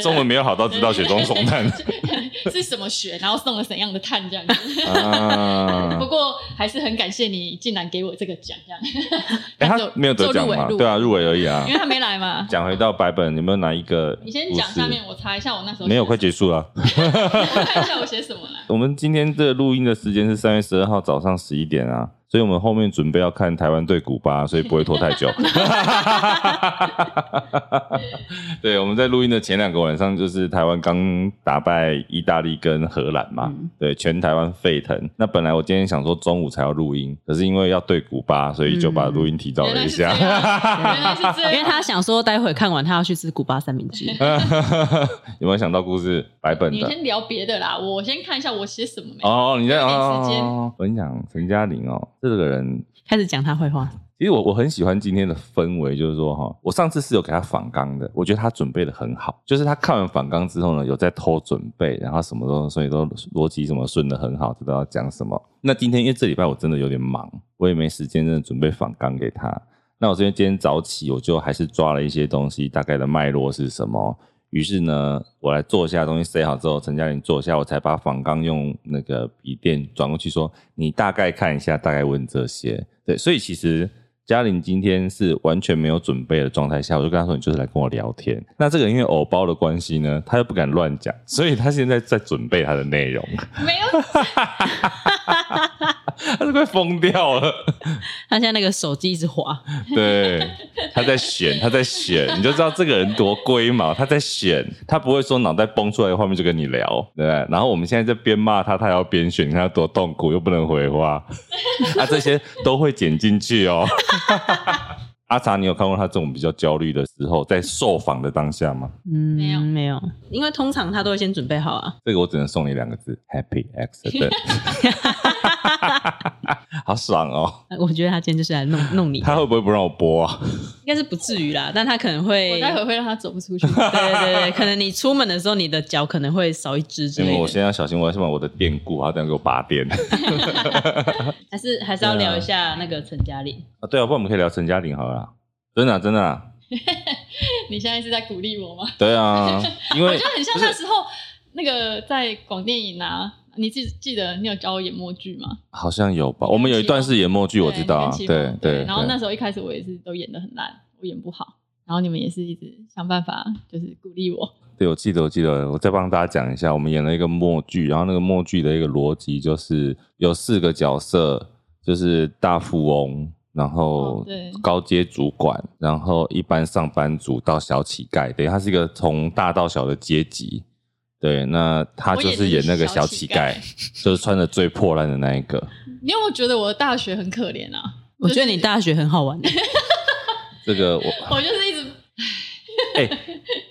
S1: 中文没有好到知道雪中送炭
S2: <laughs> 是什么雪，然后送了怎样的炭这样子。
S1: 啊
S2: 不。过还是很感谢你，竟然给我这个奖，这样。
S1: 哎，
S2: 就
S1: 他没有得奖嘛？对，啊，入围而已啊
S2: 就入围入围因。为他没来嘛。
S1: 讲回到白本，有没有哪一个？
S2: 你先讲下面，我查一下我那时候
S1: 没有，快
S2: 写
S1: 结束了。
S2: 什么看一下我写什么啦。
S1: 我们今天这个录音的时间是三月十二号早上十一点啊，所以我们后面准备要看台湾对古巴，所以不会拖太久。对，我们在录音的前两个晚上，就是台湾刚打败意大利跟荷兰嘛，
S3: 嗯
S1: 对，全台湾沸腾。那本来我今天想说中午才要录音，可是因为要对古巴，所以就把录音提早
S2: 原
S1: 了
S2: 来
S1: 一
S2: 是这
S1: 下
S2: 样，。原来是这
S1: <laughs>
S2: 样。
S3: 因为他想说，待会看完他要去吃古巴三明 <laughs> 治。
S1: 有没有想到故事白本
S2: 你
S1: 的？
S2: 先聊别的啦，我先看一下我写什么没。
S1: 哦，你在
S2: 没
S1: 哦
S2: 时间
S1: 哦，我跟你讲，陈嘉玲哦，这个人
S3: 开始讲他坏话，
S1: 其实我我很喜欢今天的氛围，就是说哈，我上次是有给他反纲的，我觉得他准备的很好。就是他看完反纲之后呢，有在偷准备，然后什么都所以都逻辑什么顺的很好，知道要讲什么。那今天因为这礼拜我真的有点忙，我也没时间真的准备反纲给他。那我这边今天早起，我就还是抓了一些东西，大概的脉络是什么。于是呢，我来坐下，东西塞好之后，陈嘉玲坐下，我才把仿纲用那个笔电转过去说，你大概看一下，大概问这些。对，所以其实嘉玲今天是完全没有准备的状态下，我就跟她说，你就是来跟我聊天。那这个因为偶包的关系呢，她又不敢乱讲，所以她现在在准备她的内容， <laughs>
S2: 没有
S1: 她都快疯掉了。
S3: <laughs> 他现在那个手机一直滑，
S1: 对，他在选，他在选，你就知道这个人多龟毛，他在选，他不会说脑袋蹦出来的画面就跟你聊，对不对？然后我们现在在边骂他，他还要边选，你看他多痛苦，又不能回话，啊，这些都会剪进去哦。 <laughs> 阿茶，你有看过他这种比较焦虑的时候，在受访的当下吗？
S3: 嗯，
S2: 没有
S3: 没有，因为通常他都会先准备好啊。
S1: 这个我只能送你两个字：happy accident，好爽哦！
S3: 呃我觉得 <laughs> 他今天就是来弄弄你，
S1: 他会不会不让我播啊？
S3: 应该是不至于啦，但他可能会，
S2: 我待会会让他走不出
S1: <laughs>
S2: 去。
S3: 对对 <laughs> 对，可能你出门的时候你的脚可能会少一只之
S1: 因为
S3: 类
S1: 我
S3: 的，
S1: 现在要小心，我要先把我的电固，他等下给我拔电。
S3: 还是还是要聊一下那个陈嘉玲。
S1: 啊，对啊，不然我们可以聊陈嘉玲好了啦。真的啊、真的啊、
S2: 你现在是在鼓励我吗？
S1: 对啊，
S2: <laughs>
S1: 因
S2: 我
S1: 为
S2: 觉得很像
S1: 不是
S2: 那时候那个在广电影啊，你记记得你有教我演默剧吗？
S1: 好像有吧，我们有一段是演默剧，我知道啊，对
S2: 对你跟齐
S1: 对
S2: 梦
S1: 对。
S2: 然后那时候一开始我也是都演的很烂，我演不好，然后你们也是一直想办法就是鼓励我。
S1: 对，我记得，我记得，我再帮大家讲一下，我们演了一个默剧，然后那个默剧的一个逻辑就是有四个角色，就是大富翁，然
S2: 哦
S1: 后
S2: 对
S1: 高阶主管，然后一般上班族到小乞丐，等于他是一个从大到小的阶级。对，那他
S2: 我
S1: 就
S2: 演
S1: 是
S2: 的
S1: 演
S2: 是
S1: 那个
S2: 小
S1: 小
S2: 乞
S1: 乞
S2: 丐
S1: 丐，就是穿的最破烂的那一个。
S2: 你有没有觉得我的大学很可怜啊？
S3: 我觉得你大学很好玩，欸
S1: 这个我
S2: 我就是一直
S1: 哎、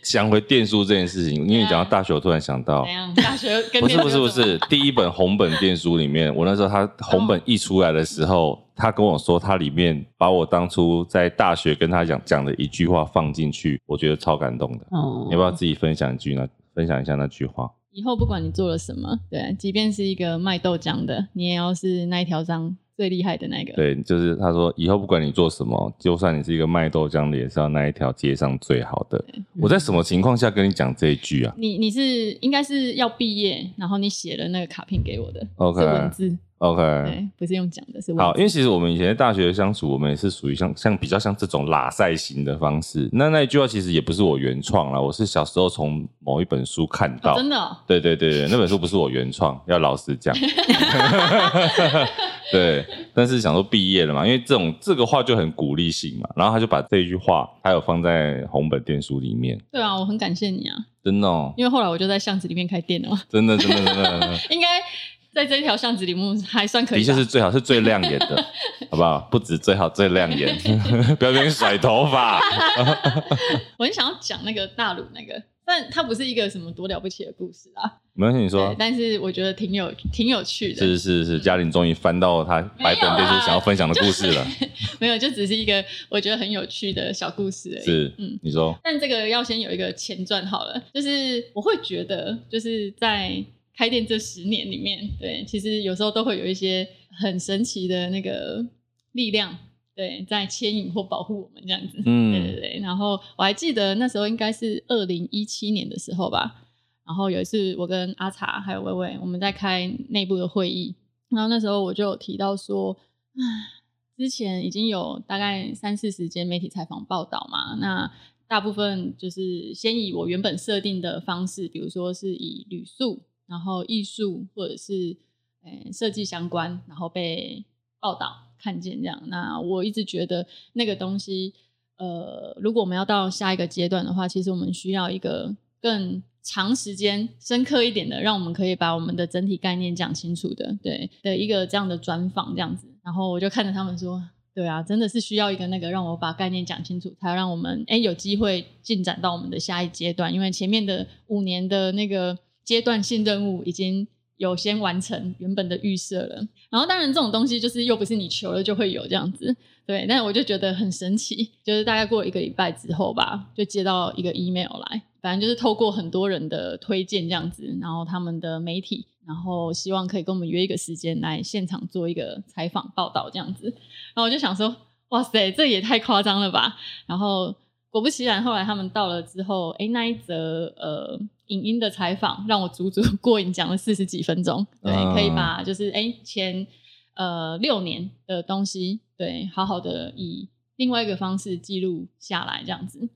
S1: 想回电书这件事情，因为你讲到大学，我突然想到
S2: 怎，样，大学啊跟
S1: 不是
S2: 电
S1: 不
S2: 视
S1: 是
S2: 有
S1: 不
S2: 什么
S1: 是，第一本红本电书里面，我那时候他红本一出来的时
S2: 嗯
S1: 候，他跟我说他里面把我当初在大学跟他讲讲的一句话放进去，我觉得超感动的。
S2: 嗯
S3: 哦
S1: 你要不要自己分享一句呢？分享一下那句话。
S2: 以后不管你做了什么，对，即便是一个卖豆浆的，你也要是那一条章最厉害的那个。
S1: 对，就是他说以后不管你做什么，就算你是一个卖豆浆的，也是要那一条街上最好的。我在什么情况下跟你讲这一句啊？
S2: 你你是应该是要毕业，然后你写了那个卡片给我的
S1: OK
S2: 是文字，
S1: OK，
S2: 对，不是用讲的，是
S1: 嗯好，因
S2: 为
S1: 为其实我们以前在大学相处，我们也是属于像像比较像这种拉塞型的方式。那那一句话其实也不是我原创啦，我是小时候从某一本书看到。
S2: 真的哦
S1: 对对
S2: <laughs>
S1: 对对，那本书不是我原创，要老实讲。对，但是想说毕业了嘛，因为这种这个话就很鼓励性嘛，然后他就把这一句话还有放在红本电书里面，
S2: 对啊，我很感谢你啊，
S1: 真的、哦，
S2: 因为后来我就在巷子里面开店了嘛， <laughs>
S1: 真的真的真的真的，
S2: 应该在这条巷子里面还算可以
S1: 的
S2: 吧，
S1: 确是最好，是最亮眼
S2: <laughs>
S1: 的，好不好？不止最好，最亮眼， <laughs> 不要别人甩头发。
S2: 我很想要讲那个大陆那个，但它不是一个什么多了不起的故事啊，
S1: 没关系，你说
S2: 对，，但是我觉得挺有挺有趣的，嗯
S1: 是是是，嘉玲终于翻到她白本电书想要分享的故事了，
S2: 没啊有，就只是一 <laughs> 个我觉得很有趣的小故事而已。
S1: 是，
S2: 嗯。
S1: 你说，
S2: 但这个要先有一个前传好了，就是我会觉得，就是在开店这十年里面，对，其实有时候都会有一些很神奇的那个力量，对，在牵引或保护我们这样子。对对
S1: 嗯，
S2: 对。然后我还记得那时候应该是二零一七年的时候吧。然后有一次我跟阿茶还有薇薇我们在开内部的会议，然后那时候我就有提到说，唉，之前已经有大概三四十间媒体采访报道嘛，那。大部分就是先以我原本设定的方式，比如说是以旅宿，然后艺术或者是呃设计相关，然后被报道看见这样。那我一直觉得那个东西，呃，如果我们要到下一个阶段的话，其实我们需要一个更长时间、深刻一点的，让我们可以把我们的整体概念讲清楚的，对的一个这样的专访这样子。然后我就看着他们说。对啊，真的是需要一个那个让我把概念讲清楚，才让我们哎有机会进展到我们的下一阶段。因为前面的五年的那个阶段性任务已经有先完成原本的预设了。然后当然这种东西就是又不是你求了就会有这样子，对，但我就觉得很神奇，就是大概过了一个礼拜之后吧，就接到一个 email 来，反正就是透过很多人的推荐这样子，然后他们的媒体，然后希望可以跟我们约一个时间来现场做一个采访报道这样子，然后我就想说，哇塞，这也太夸张了吧！然后果不其然，后来他们到了之后，哎，那一则呃影音的采访让我足足过瘾讲了四十几分钟，对，
S1: 嗯
S2: 可以把就是哎前呃六年的东西，对，好好的以另外一个方式记录下来这样子。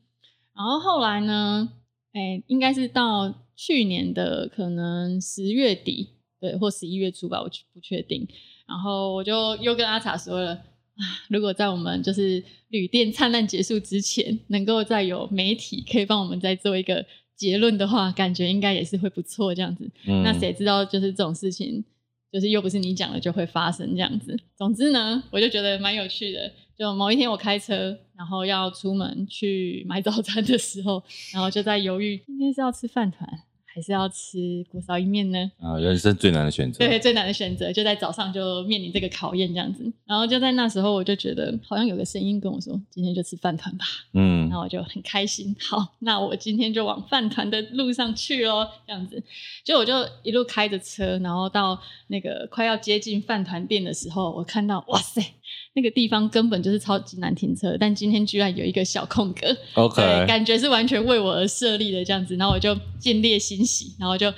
S2: 然后后来呢，哎，应该是到去年的可能十月底，对，或十一月初吧，我不确定。然后我就又跟阿茶说了，啊，如果在我们就是旅店灿烂结束之前，能够再有媒体可以帮我们再做一个结论的话，感觉应该也是会不错这样子。
S1: 嗯
S2: 那谁知道就是这种事情，就是又不是你讲了就会发生这样子。总之呢，我就觉得蛮有趣的。就某一天我开车，然后要出门去买早餐的时候，然后就在犹豫，今天是要吃饭团还是要吃锅烧意面呢？
S1: 啊，人生最难的选择，
S2: 对，最难的选择就在早上就面临这个考验这样子。然后就在那时候，我就觉得好像有个声音跟我说，今天就吃饭团吧。
S1: 嗯
S2: 那我就很开心。好，那我今天就往饭团的路上去喽，这样子。就我就一路开着车，然后到那个快要接近饭团店的时候，我看到，哇塞，那个地方根本就是超级难停车，但今天居然有一个小空格，对，
S1: ，OK，
S2: 感觉是完全为我而设立的这样子，然后我就见猎欣喜，然后就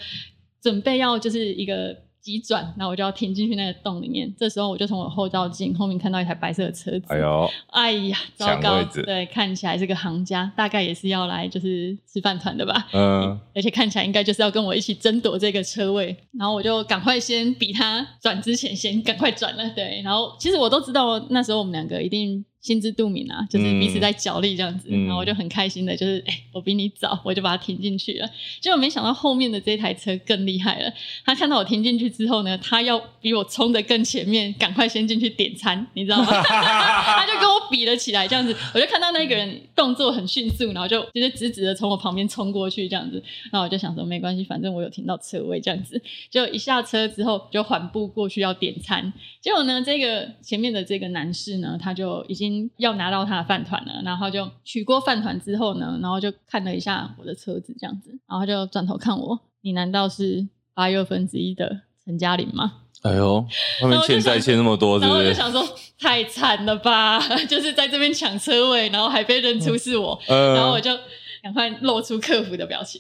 S2: 准备要就是一个急转，然后我就要停进去那个洞里面。这时候我就从我后照镜后面看到一台白色的车子，
S1: 哎呦，
S2: 哎呀，糟
S1: 抢
S2: 糕
S1: 位！置
S2: 对，看起来这个行家大概也是要来就是吃饭团的吧，
S1: 嗯，
S2: 而且看起来应该就是要跟我一起争夺这个车位。然后我就赶快先比他转之前先赶快转了，对。然后其实我都知道那时候我们两个一定心知肚明啊，就是彼此在角力这样子。
S1: 嗯
S2: 然后我就很开心的，就是哎、我比你早，我就把它停进去了。结果没想到后面的这台车更厉害了，他看到我停进去之后呢，他要比我冲的更前面，赶快先进去点餐，你知道吗？ <laughs> 他就跟我比了起来，这样子，我就看到那个人动作很迅速，然后就就是直直的从我旁边冲过去这样子，然后我就想说没关系，反正我有停到车位这样子，就一下车之后就缓步过去要点餐，结果呢，这个前面的这个男士呢，他就已经要拿到他的饭团了，然后就取过饭团之后呢，然后就看了一下我的车子这样子，然后他就转头看我，你难道是八又分之一的陈嘉玲吗？
S1: 哎呦，他们欠债欠那么多，是
S2: 然后
S1: 不？
S2: 我就是想说，太惨了吧！ <laughs> 就是在这边抢车位，然后还被认出是我，然后我
S1: 嗯，
S2: 就 <laughs> 赶快露出客服的表情，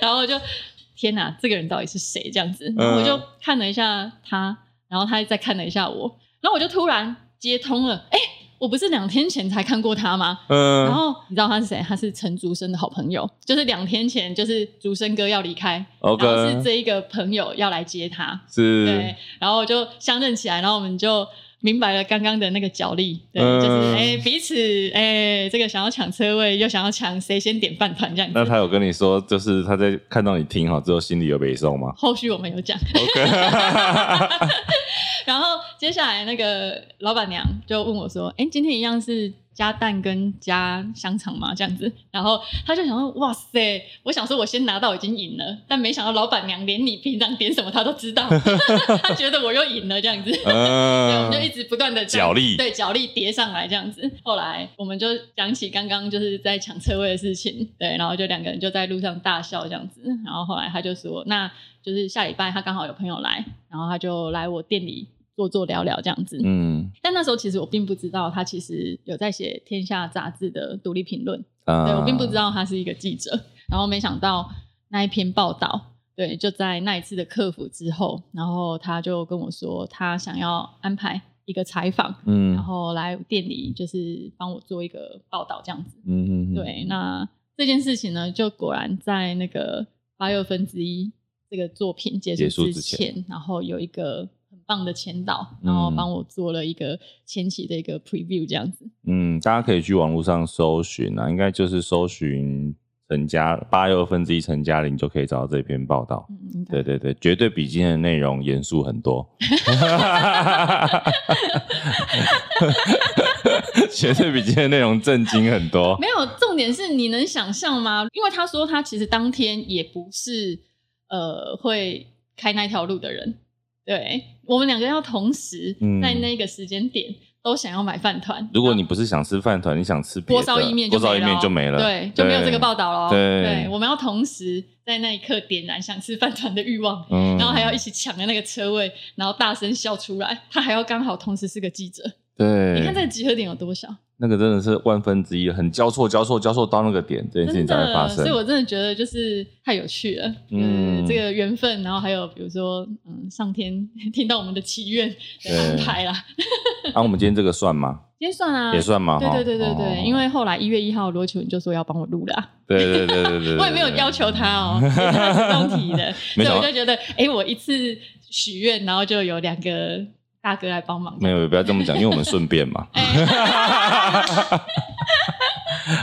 S2: 然后我就天哪，这个人到底是谁？这样子，然后我就看了一下他，然后他再看了一下我，然后我就突然接通了，哎、我不是两天前才看过他吗？
S1: 嗯，
S2: 然后你知道他是谁？他是陈竹生的好朋友，就是两天前，就是竹生哥要离开
S1: OK
S2: 然后是这一个朋友要来接他，
S1: 是
S2: 对，然后就相认起来，然后我们就明白了刚刚的那个角力，对，
S1: 嗯
S2: 就是哎、彼此哎、这个想要抢车位，又想要抢谁先点饭团这样
S1: 那
S2: 子。
S1: 他有跟你说，就是他在看到你听好之后，心里有北宋
S2: <laughs>
S1: 吗
S2: 后续我们有讲，
S1: ？OK，
S2: 然后接下来那个老板娘就问我说：“哎、今天一样是加蛋跟加香肠吗？”这样子，然后他就想说：“哇塞！”我想说我先拿到已经赢了，但没想到老板娘连你平常点什么她都知道， <laughs> 她觉得我又赢了这样子。对，我
S1: 嗯
S2: 们就一直不断的
S1: 角力
S2: 对角力叠上来这样子。后来我们就讲起刚刚就是在抢车位的事情，对，然后就两个人就在路上大笑这样子。然后后来他就说，那就是下礼拜他刚好有朋友来，然后他就来我店里坐坐聊聊这样子。
S1: 嗯
S2: 但那时候其实我并不知道他其实有在写《天下》杂志的独立评论，
S1: 啊
S2: 对我并不知道他是一个记者， <laughs> 然后没想到那一篇报道，对，就在那一次的客服之后，然后他就跟我说，他想要安排一个采访，
S1: 嗯，
S2: 然后来店里就是帮我做一个报道这样子。
S1: 嗯嗯，嗯，
S2: 对，那这件事情呢，就果然在那个八又分之一这个作品结
S1: 结束
S2: 束
S1: 之
S2: 之
S1: 前
S2: 前，然后有一个很棒的前导，然后
S1: 嗯
S2: 帮我做了一个前期的一个 preview 这样子。
S1: 嗯，大家可以去网络上搜寻啊，应该就是搜寻陈嘉八又二分之一陈嘉玲就可以找到这篇报道。
S2: 嗯，应该
S1: 对对对，绝对比今天的内容严肃很多， <laughs> 绝对比今天的内容震惊很多。
S2: 没有，重点是你能想象吗？因为他说他其实当天也不是呃会开那条路的人，对我们两个要同时
S1: 嗯
S2: 在那个时间点都想要买饭团，
S1: 如果你不是想吃饭团，你想吃别
S2: 锅
S1: 的
S2: 烧意面就
S1: 锅烧意面就没
S2: 没
S1: 了，
S2: 了哦，对，就没有这个报道了哦。
S1: 对
S2: 我们要同时在那一刻点燃想吃饭团的欲望。
S1: 嗯
S2: 然后还要一起抢的那个车位，然后大声笑出来。他还要刚好同时是个记者，
S1: 对，
S2: 你看这个集合点有多少？
S1: 那个真的是万分之一，很交错交错交错到那个点，这件事情
S2: 真
S1: 才会发
S2: 的，
S1: 生
S2: 所以。我真的觉得就是太有趣了，
S1: 嗯
S2: 嗯，这个缘分，然后还有比如说，嗯，上天 <laughs> 听到我们的祈愿
S1: 对
S2: 的安排啦，
S1: 那、啊我们今天这个算吗？
S2: 今天算啊，
S1: 也。算吗？
S2: 对
S1: 哈
S2: 对对对对，
S1: 哦
S2: 因为后来一月一号罗球你就说要帮我录啦，
S1: 对对对对对，
S2: <laughs> 我也没有要
S1: 求。
S2: 求他哦， <laughs> 也是他主动提的，
S1: <laughs> 没
S2: 所以
S1: 想到
S2: 我就觉得，哎，我一次许愿，然后就有两个大哥来帮忙，
S1: 没有，不要这么讲，因为我们顺便
S2: <laughs>
S1: 嘛。
S2: 哎
S1: <laughs>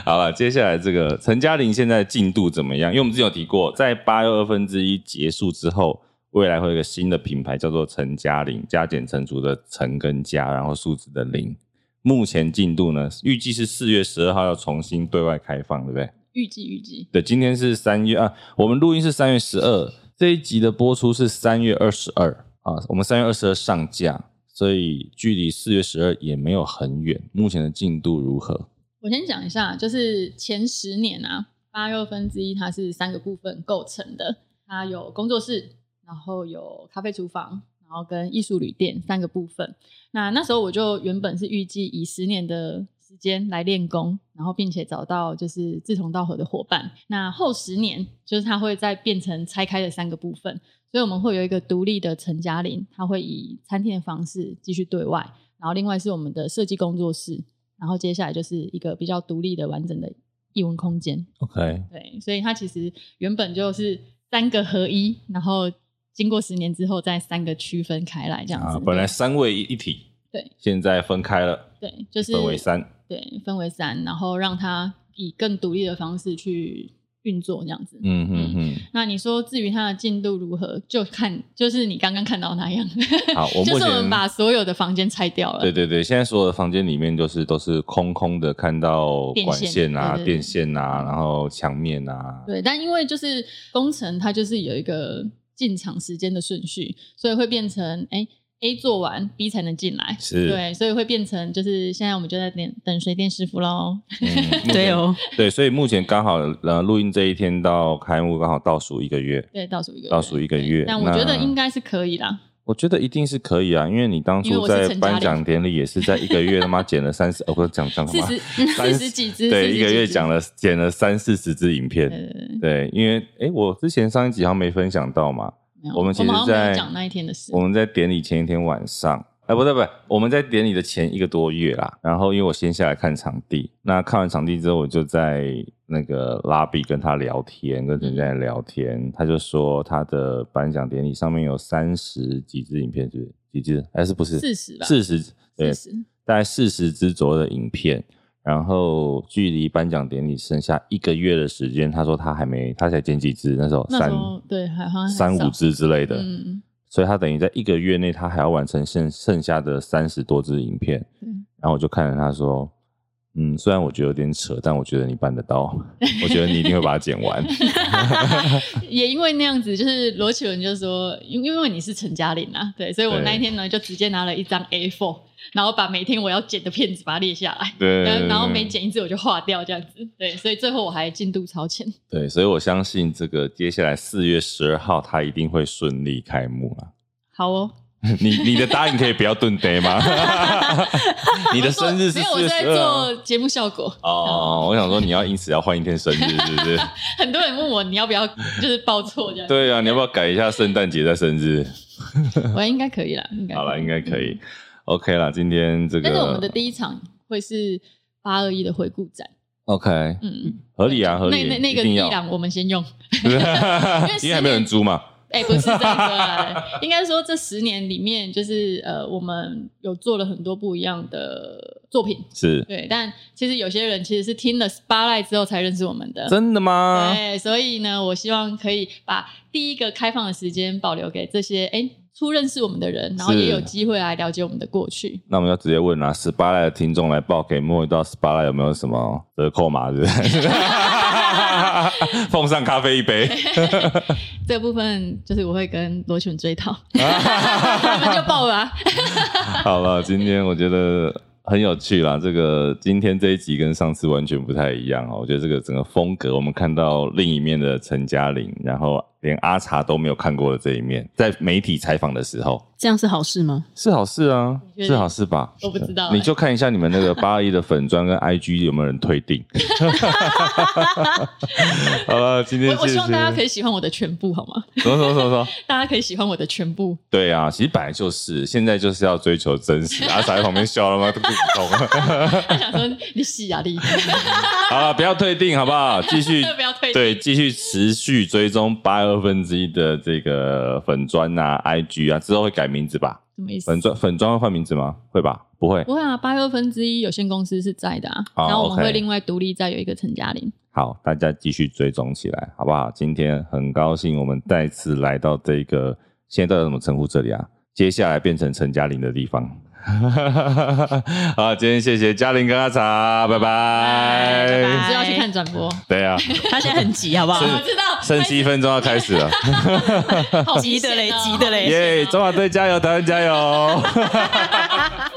S1: 好了，接下来这个陈嘉玲现在进度怎么样？因为我们之前有提过，在八又二分之一结束之后，未来会有一个新的品牌叫做陈嘉玲，加减乘除的陈跟加，然后数字的零。目前进度呢，预计是四月十二号要重新对外开放，对不对？
S2: 预计预计，
S1: 对，今天是三月啊，我们录音是三月十二，这一集的播出是三月二十二啊，我们三月二十二上架，所以距离四月十二也没有很远。目前的进度如何？
S2: 我先讲一下，就是前十年啊，八又分之一它是三个部分构成的，它有工作室，然后有咖啡厨房，然后跟艺术旅店三个部分。那那时候我就原本是预计以十年的时间来练功，然后并且找到就是志同道合的伙伴。那后十年就是它会再变成拆开的三个部分，所以我们会有一个独立的陈嘉玲，它会以餐厅的方式继续对外，然后另外是我们的设计工作室，然后接下来就是一个比较独立的完整的艺文空间。
S1: OK，
S2: 对，所以它其实原本就是三个合一，然后经过十年之后再三个区分开来这样子。
S1: 啊，本来三位一一体，
S2: 对，
S1: 现在分开了，
S2: 对，就是
S1: 分为三。
S2: 对，分为三，然后让它以更独立的方式去运作这样子。
S1: 嗯嗯嗯，
S2: 那你说至于它的进度如何，就看就是你刚刚看到那样。
S1: 好我目前
S2: <laughs> 就是我们把所有的房间拆掉了。
S1: 对对对，现在所有的房间里面就是都是空空的，看到
S2: 电
S1: 管
S2: 线
S1: 线啊、
S2: 对对对
S1: 电线啊，然后墙面啊，
S2: 对，但因为就是工程，它就是有一个进场时间的顺序，所以会变成哎、A 做完 B 才能进来，
S1: 是
S2: 对，所以会变成就是现在我们就在等等水电师傅喽。
S1: 嗯，目
S3: 对
S1: 前
S3: 哦，
S1: 对，所以目前刚好呃，录音这一天到开幕刚好倒数一个月，
S2: 对，倒数一个月，
S1: 倒数一个月
S2: 但我觉
S1: 那
S2: 得应该是可以啦。
S1: 我觉得一定是可以啊，因为你当
S2: 因为
S1: 初
S2: 我是
S1: 在
S2: 陈嘉
S1: 颁
S2: 玲
S1: 奖典礼也是在一个月他妈剪了三十，哦，不是讲讲他
S2: 四
S1: 妈
S2: 十
S1: 三
S2: 四十几支，
S1: 对，一个月
S2: 讲
S1: 讲了剪了三四十支影
S2: 对
S1: 片，
S2: 对对对
S1: 对，因为诶，我之前上一集好像没分享到嘛，
S2: 没有
S1: 我们其实
S2: 我们好像没
S1: 在
S2: 有讲那一天的事
S1: 我。们在典礼前一天晚上，哎，不对不对，我们在典礼的前一个多月啦。然后因为我先下来看场地，那看完场地之后，我就在那个拉比跟他聊天，跟陈佳聊天，他就说他的颁奖典礼上面有三十几支影片，是不是几支？还是不是？
S2: 四十吧，
S1: 四十，对，
S2: 四十，
S1: 大概四十支左右的影片。然后距离颁奖典礼剩下一个月的时间，他说他还没，他才剪几支，那时候
S2: 那时
S1: 三
S2: 候对还好像很
S1: 三
S2: 少
S1: 五支之类的，
S2: 嗯，
S1: 所以他等于在一个月内，他还要完成剩剩下的三十多支影片。
S2: 嗯
S1: 然后我就看着他说：“嗯，虽然我觉得有点扯，但我觉得你办得
S2: <laughs>
S1: 到，我觉得你一定会把它剪完。
S2: <laughs> 也因为那样子，就是罗启文就说，因因为你是陈嘉玲啊，对，所以我
S1: 对
S2: 那一天呢就直接拿了一张 A4，然后把每天我要剪的片子把它列下来”，
S1: 对，
S2: 然后然后每剪一次我就划掉这样子，对，所以最后我还进度超前，
S1: 对，所以我相信这个接下来四月十二号他一定会顺利开幕啊。 <laughs>
S2: 好哦，
S1: 你你的答应可以不要顿呆吗？ <laughs> 你的生日是
S2: 没有，我
S1: 四月
S2: 是在
S1: 十二、啊
S2: 做。节目效果。
S1: 哦，我想说你要因此要换一天生日，是 <laughs> 不是？
S2: 很多人问我你要不要就是报错这样，
S1: 对啊，你要不要改一下圣诞节再生日？
S2: 我应该可以啦，应该
S1: 好了，应该可以
S2: 嗯。
S1: OK 啦，今天这个
S2: 但是我们的第一场会是八二一的回顾展，
S1: OK
S2: 嗯嗯。
S1: 合理啊，合理。
S2: 那那那个
S1: 一定
S2: 伊
S1: 要， <laughs>
S2: 朗 <laughs> 我们先用，为十
S1: 因为
S2: 年
S1: 还没有人租嘛。
S2: 哎、不是这样说啦，应该说这十年里面，就是呃，我们有做了很多不一样的作品，
S1: 是
S2: 对。但其实有些人其实是听了 Spotlight 之后才认识我们的，
S1: 真的吗？
S2: 对，所以呢，我希望可以把第一个开放的时间保留给这些哎、初认识我们的人，然后
S1: 是
S2: 也有机会来了解我们的过去。
S1: 那我们要直接问啦，十八赖的听众来报给莫一到十八赖有没有什么折扣码？是不
S2: <laughs>
S1: 是？ <laughs> 奉上咖啡一杯，
S2: 这个部分就是我会跟罗群
S1: <laughs>
S2: 追讨，那就啊报吧。
S1: 好了，今天我觉得很有趣啦。这个今天这一集跟上次完全不太一样哦。我觉得这个整个风格，我们看到另一面的陈嘉玲，然后连阿茶都没有看过的这一面，在媒体采访的时候，
S3: 这样是好事吗？
S1: 是好事啊，
S2: 你确定
S1: 是好事吧？
S2: 我不知道欸
S1: 你就看一下你们那个八二一的粉砖跟 IG 有没有人退
S2: <laughs>
S1: 订。好了，今天
S2: 我我希望大家可
S1: 以
S2: 以喜欢我的全部，好吗？
S1: 什么什么什么什么？
S2: 大家可以喜欢我的全部。
S1: 对啊，其实本来就是，现在就是要追求真实。阿傻在旁边笑了吗？都不懂。
S2: 他想说你洗压
S1: <laughs>
S2: 力，
S1: 好了，不要退订，好不好？继续
S2: 不要退订
S1: 对，继续持续追踪八二分之一的这个粉砖啊、IG 啊，之后会改名字吧？
S2: 什么意思
S1: 粉？砖粉砖会换名字吗？会吧？不会。
S2: 不会啊，八二分之一有限公司是在的啊，
S1: 好
S2: 然后我们
S1: OK
S2: 会另外独立再有一个陈嘉玲。
S1: 好，大家继续追踪起来，好不好？今天很高兴我们再次来到这个，现在到底怎么称呼这里啊？接下来变成陈嘉玲的地方。 <laughs> 好，今天谢谢嘉玲跟阿茶，拜拜。
S3: 拜拜
S2: 你是要去看转播？
S1: 对啊，
S3: 他现在很急，好不好？
S2: 哎我知道，
S1: 剩七分钟要开始了，
S2: 好
S3: 急的嘞
S2: 明显哦
S3: 急的嘞
S1: 耶！中华队加油，台湾加油！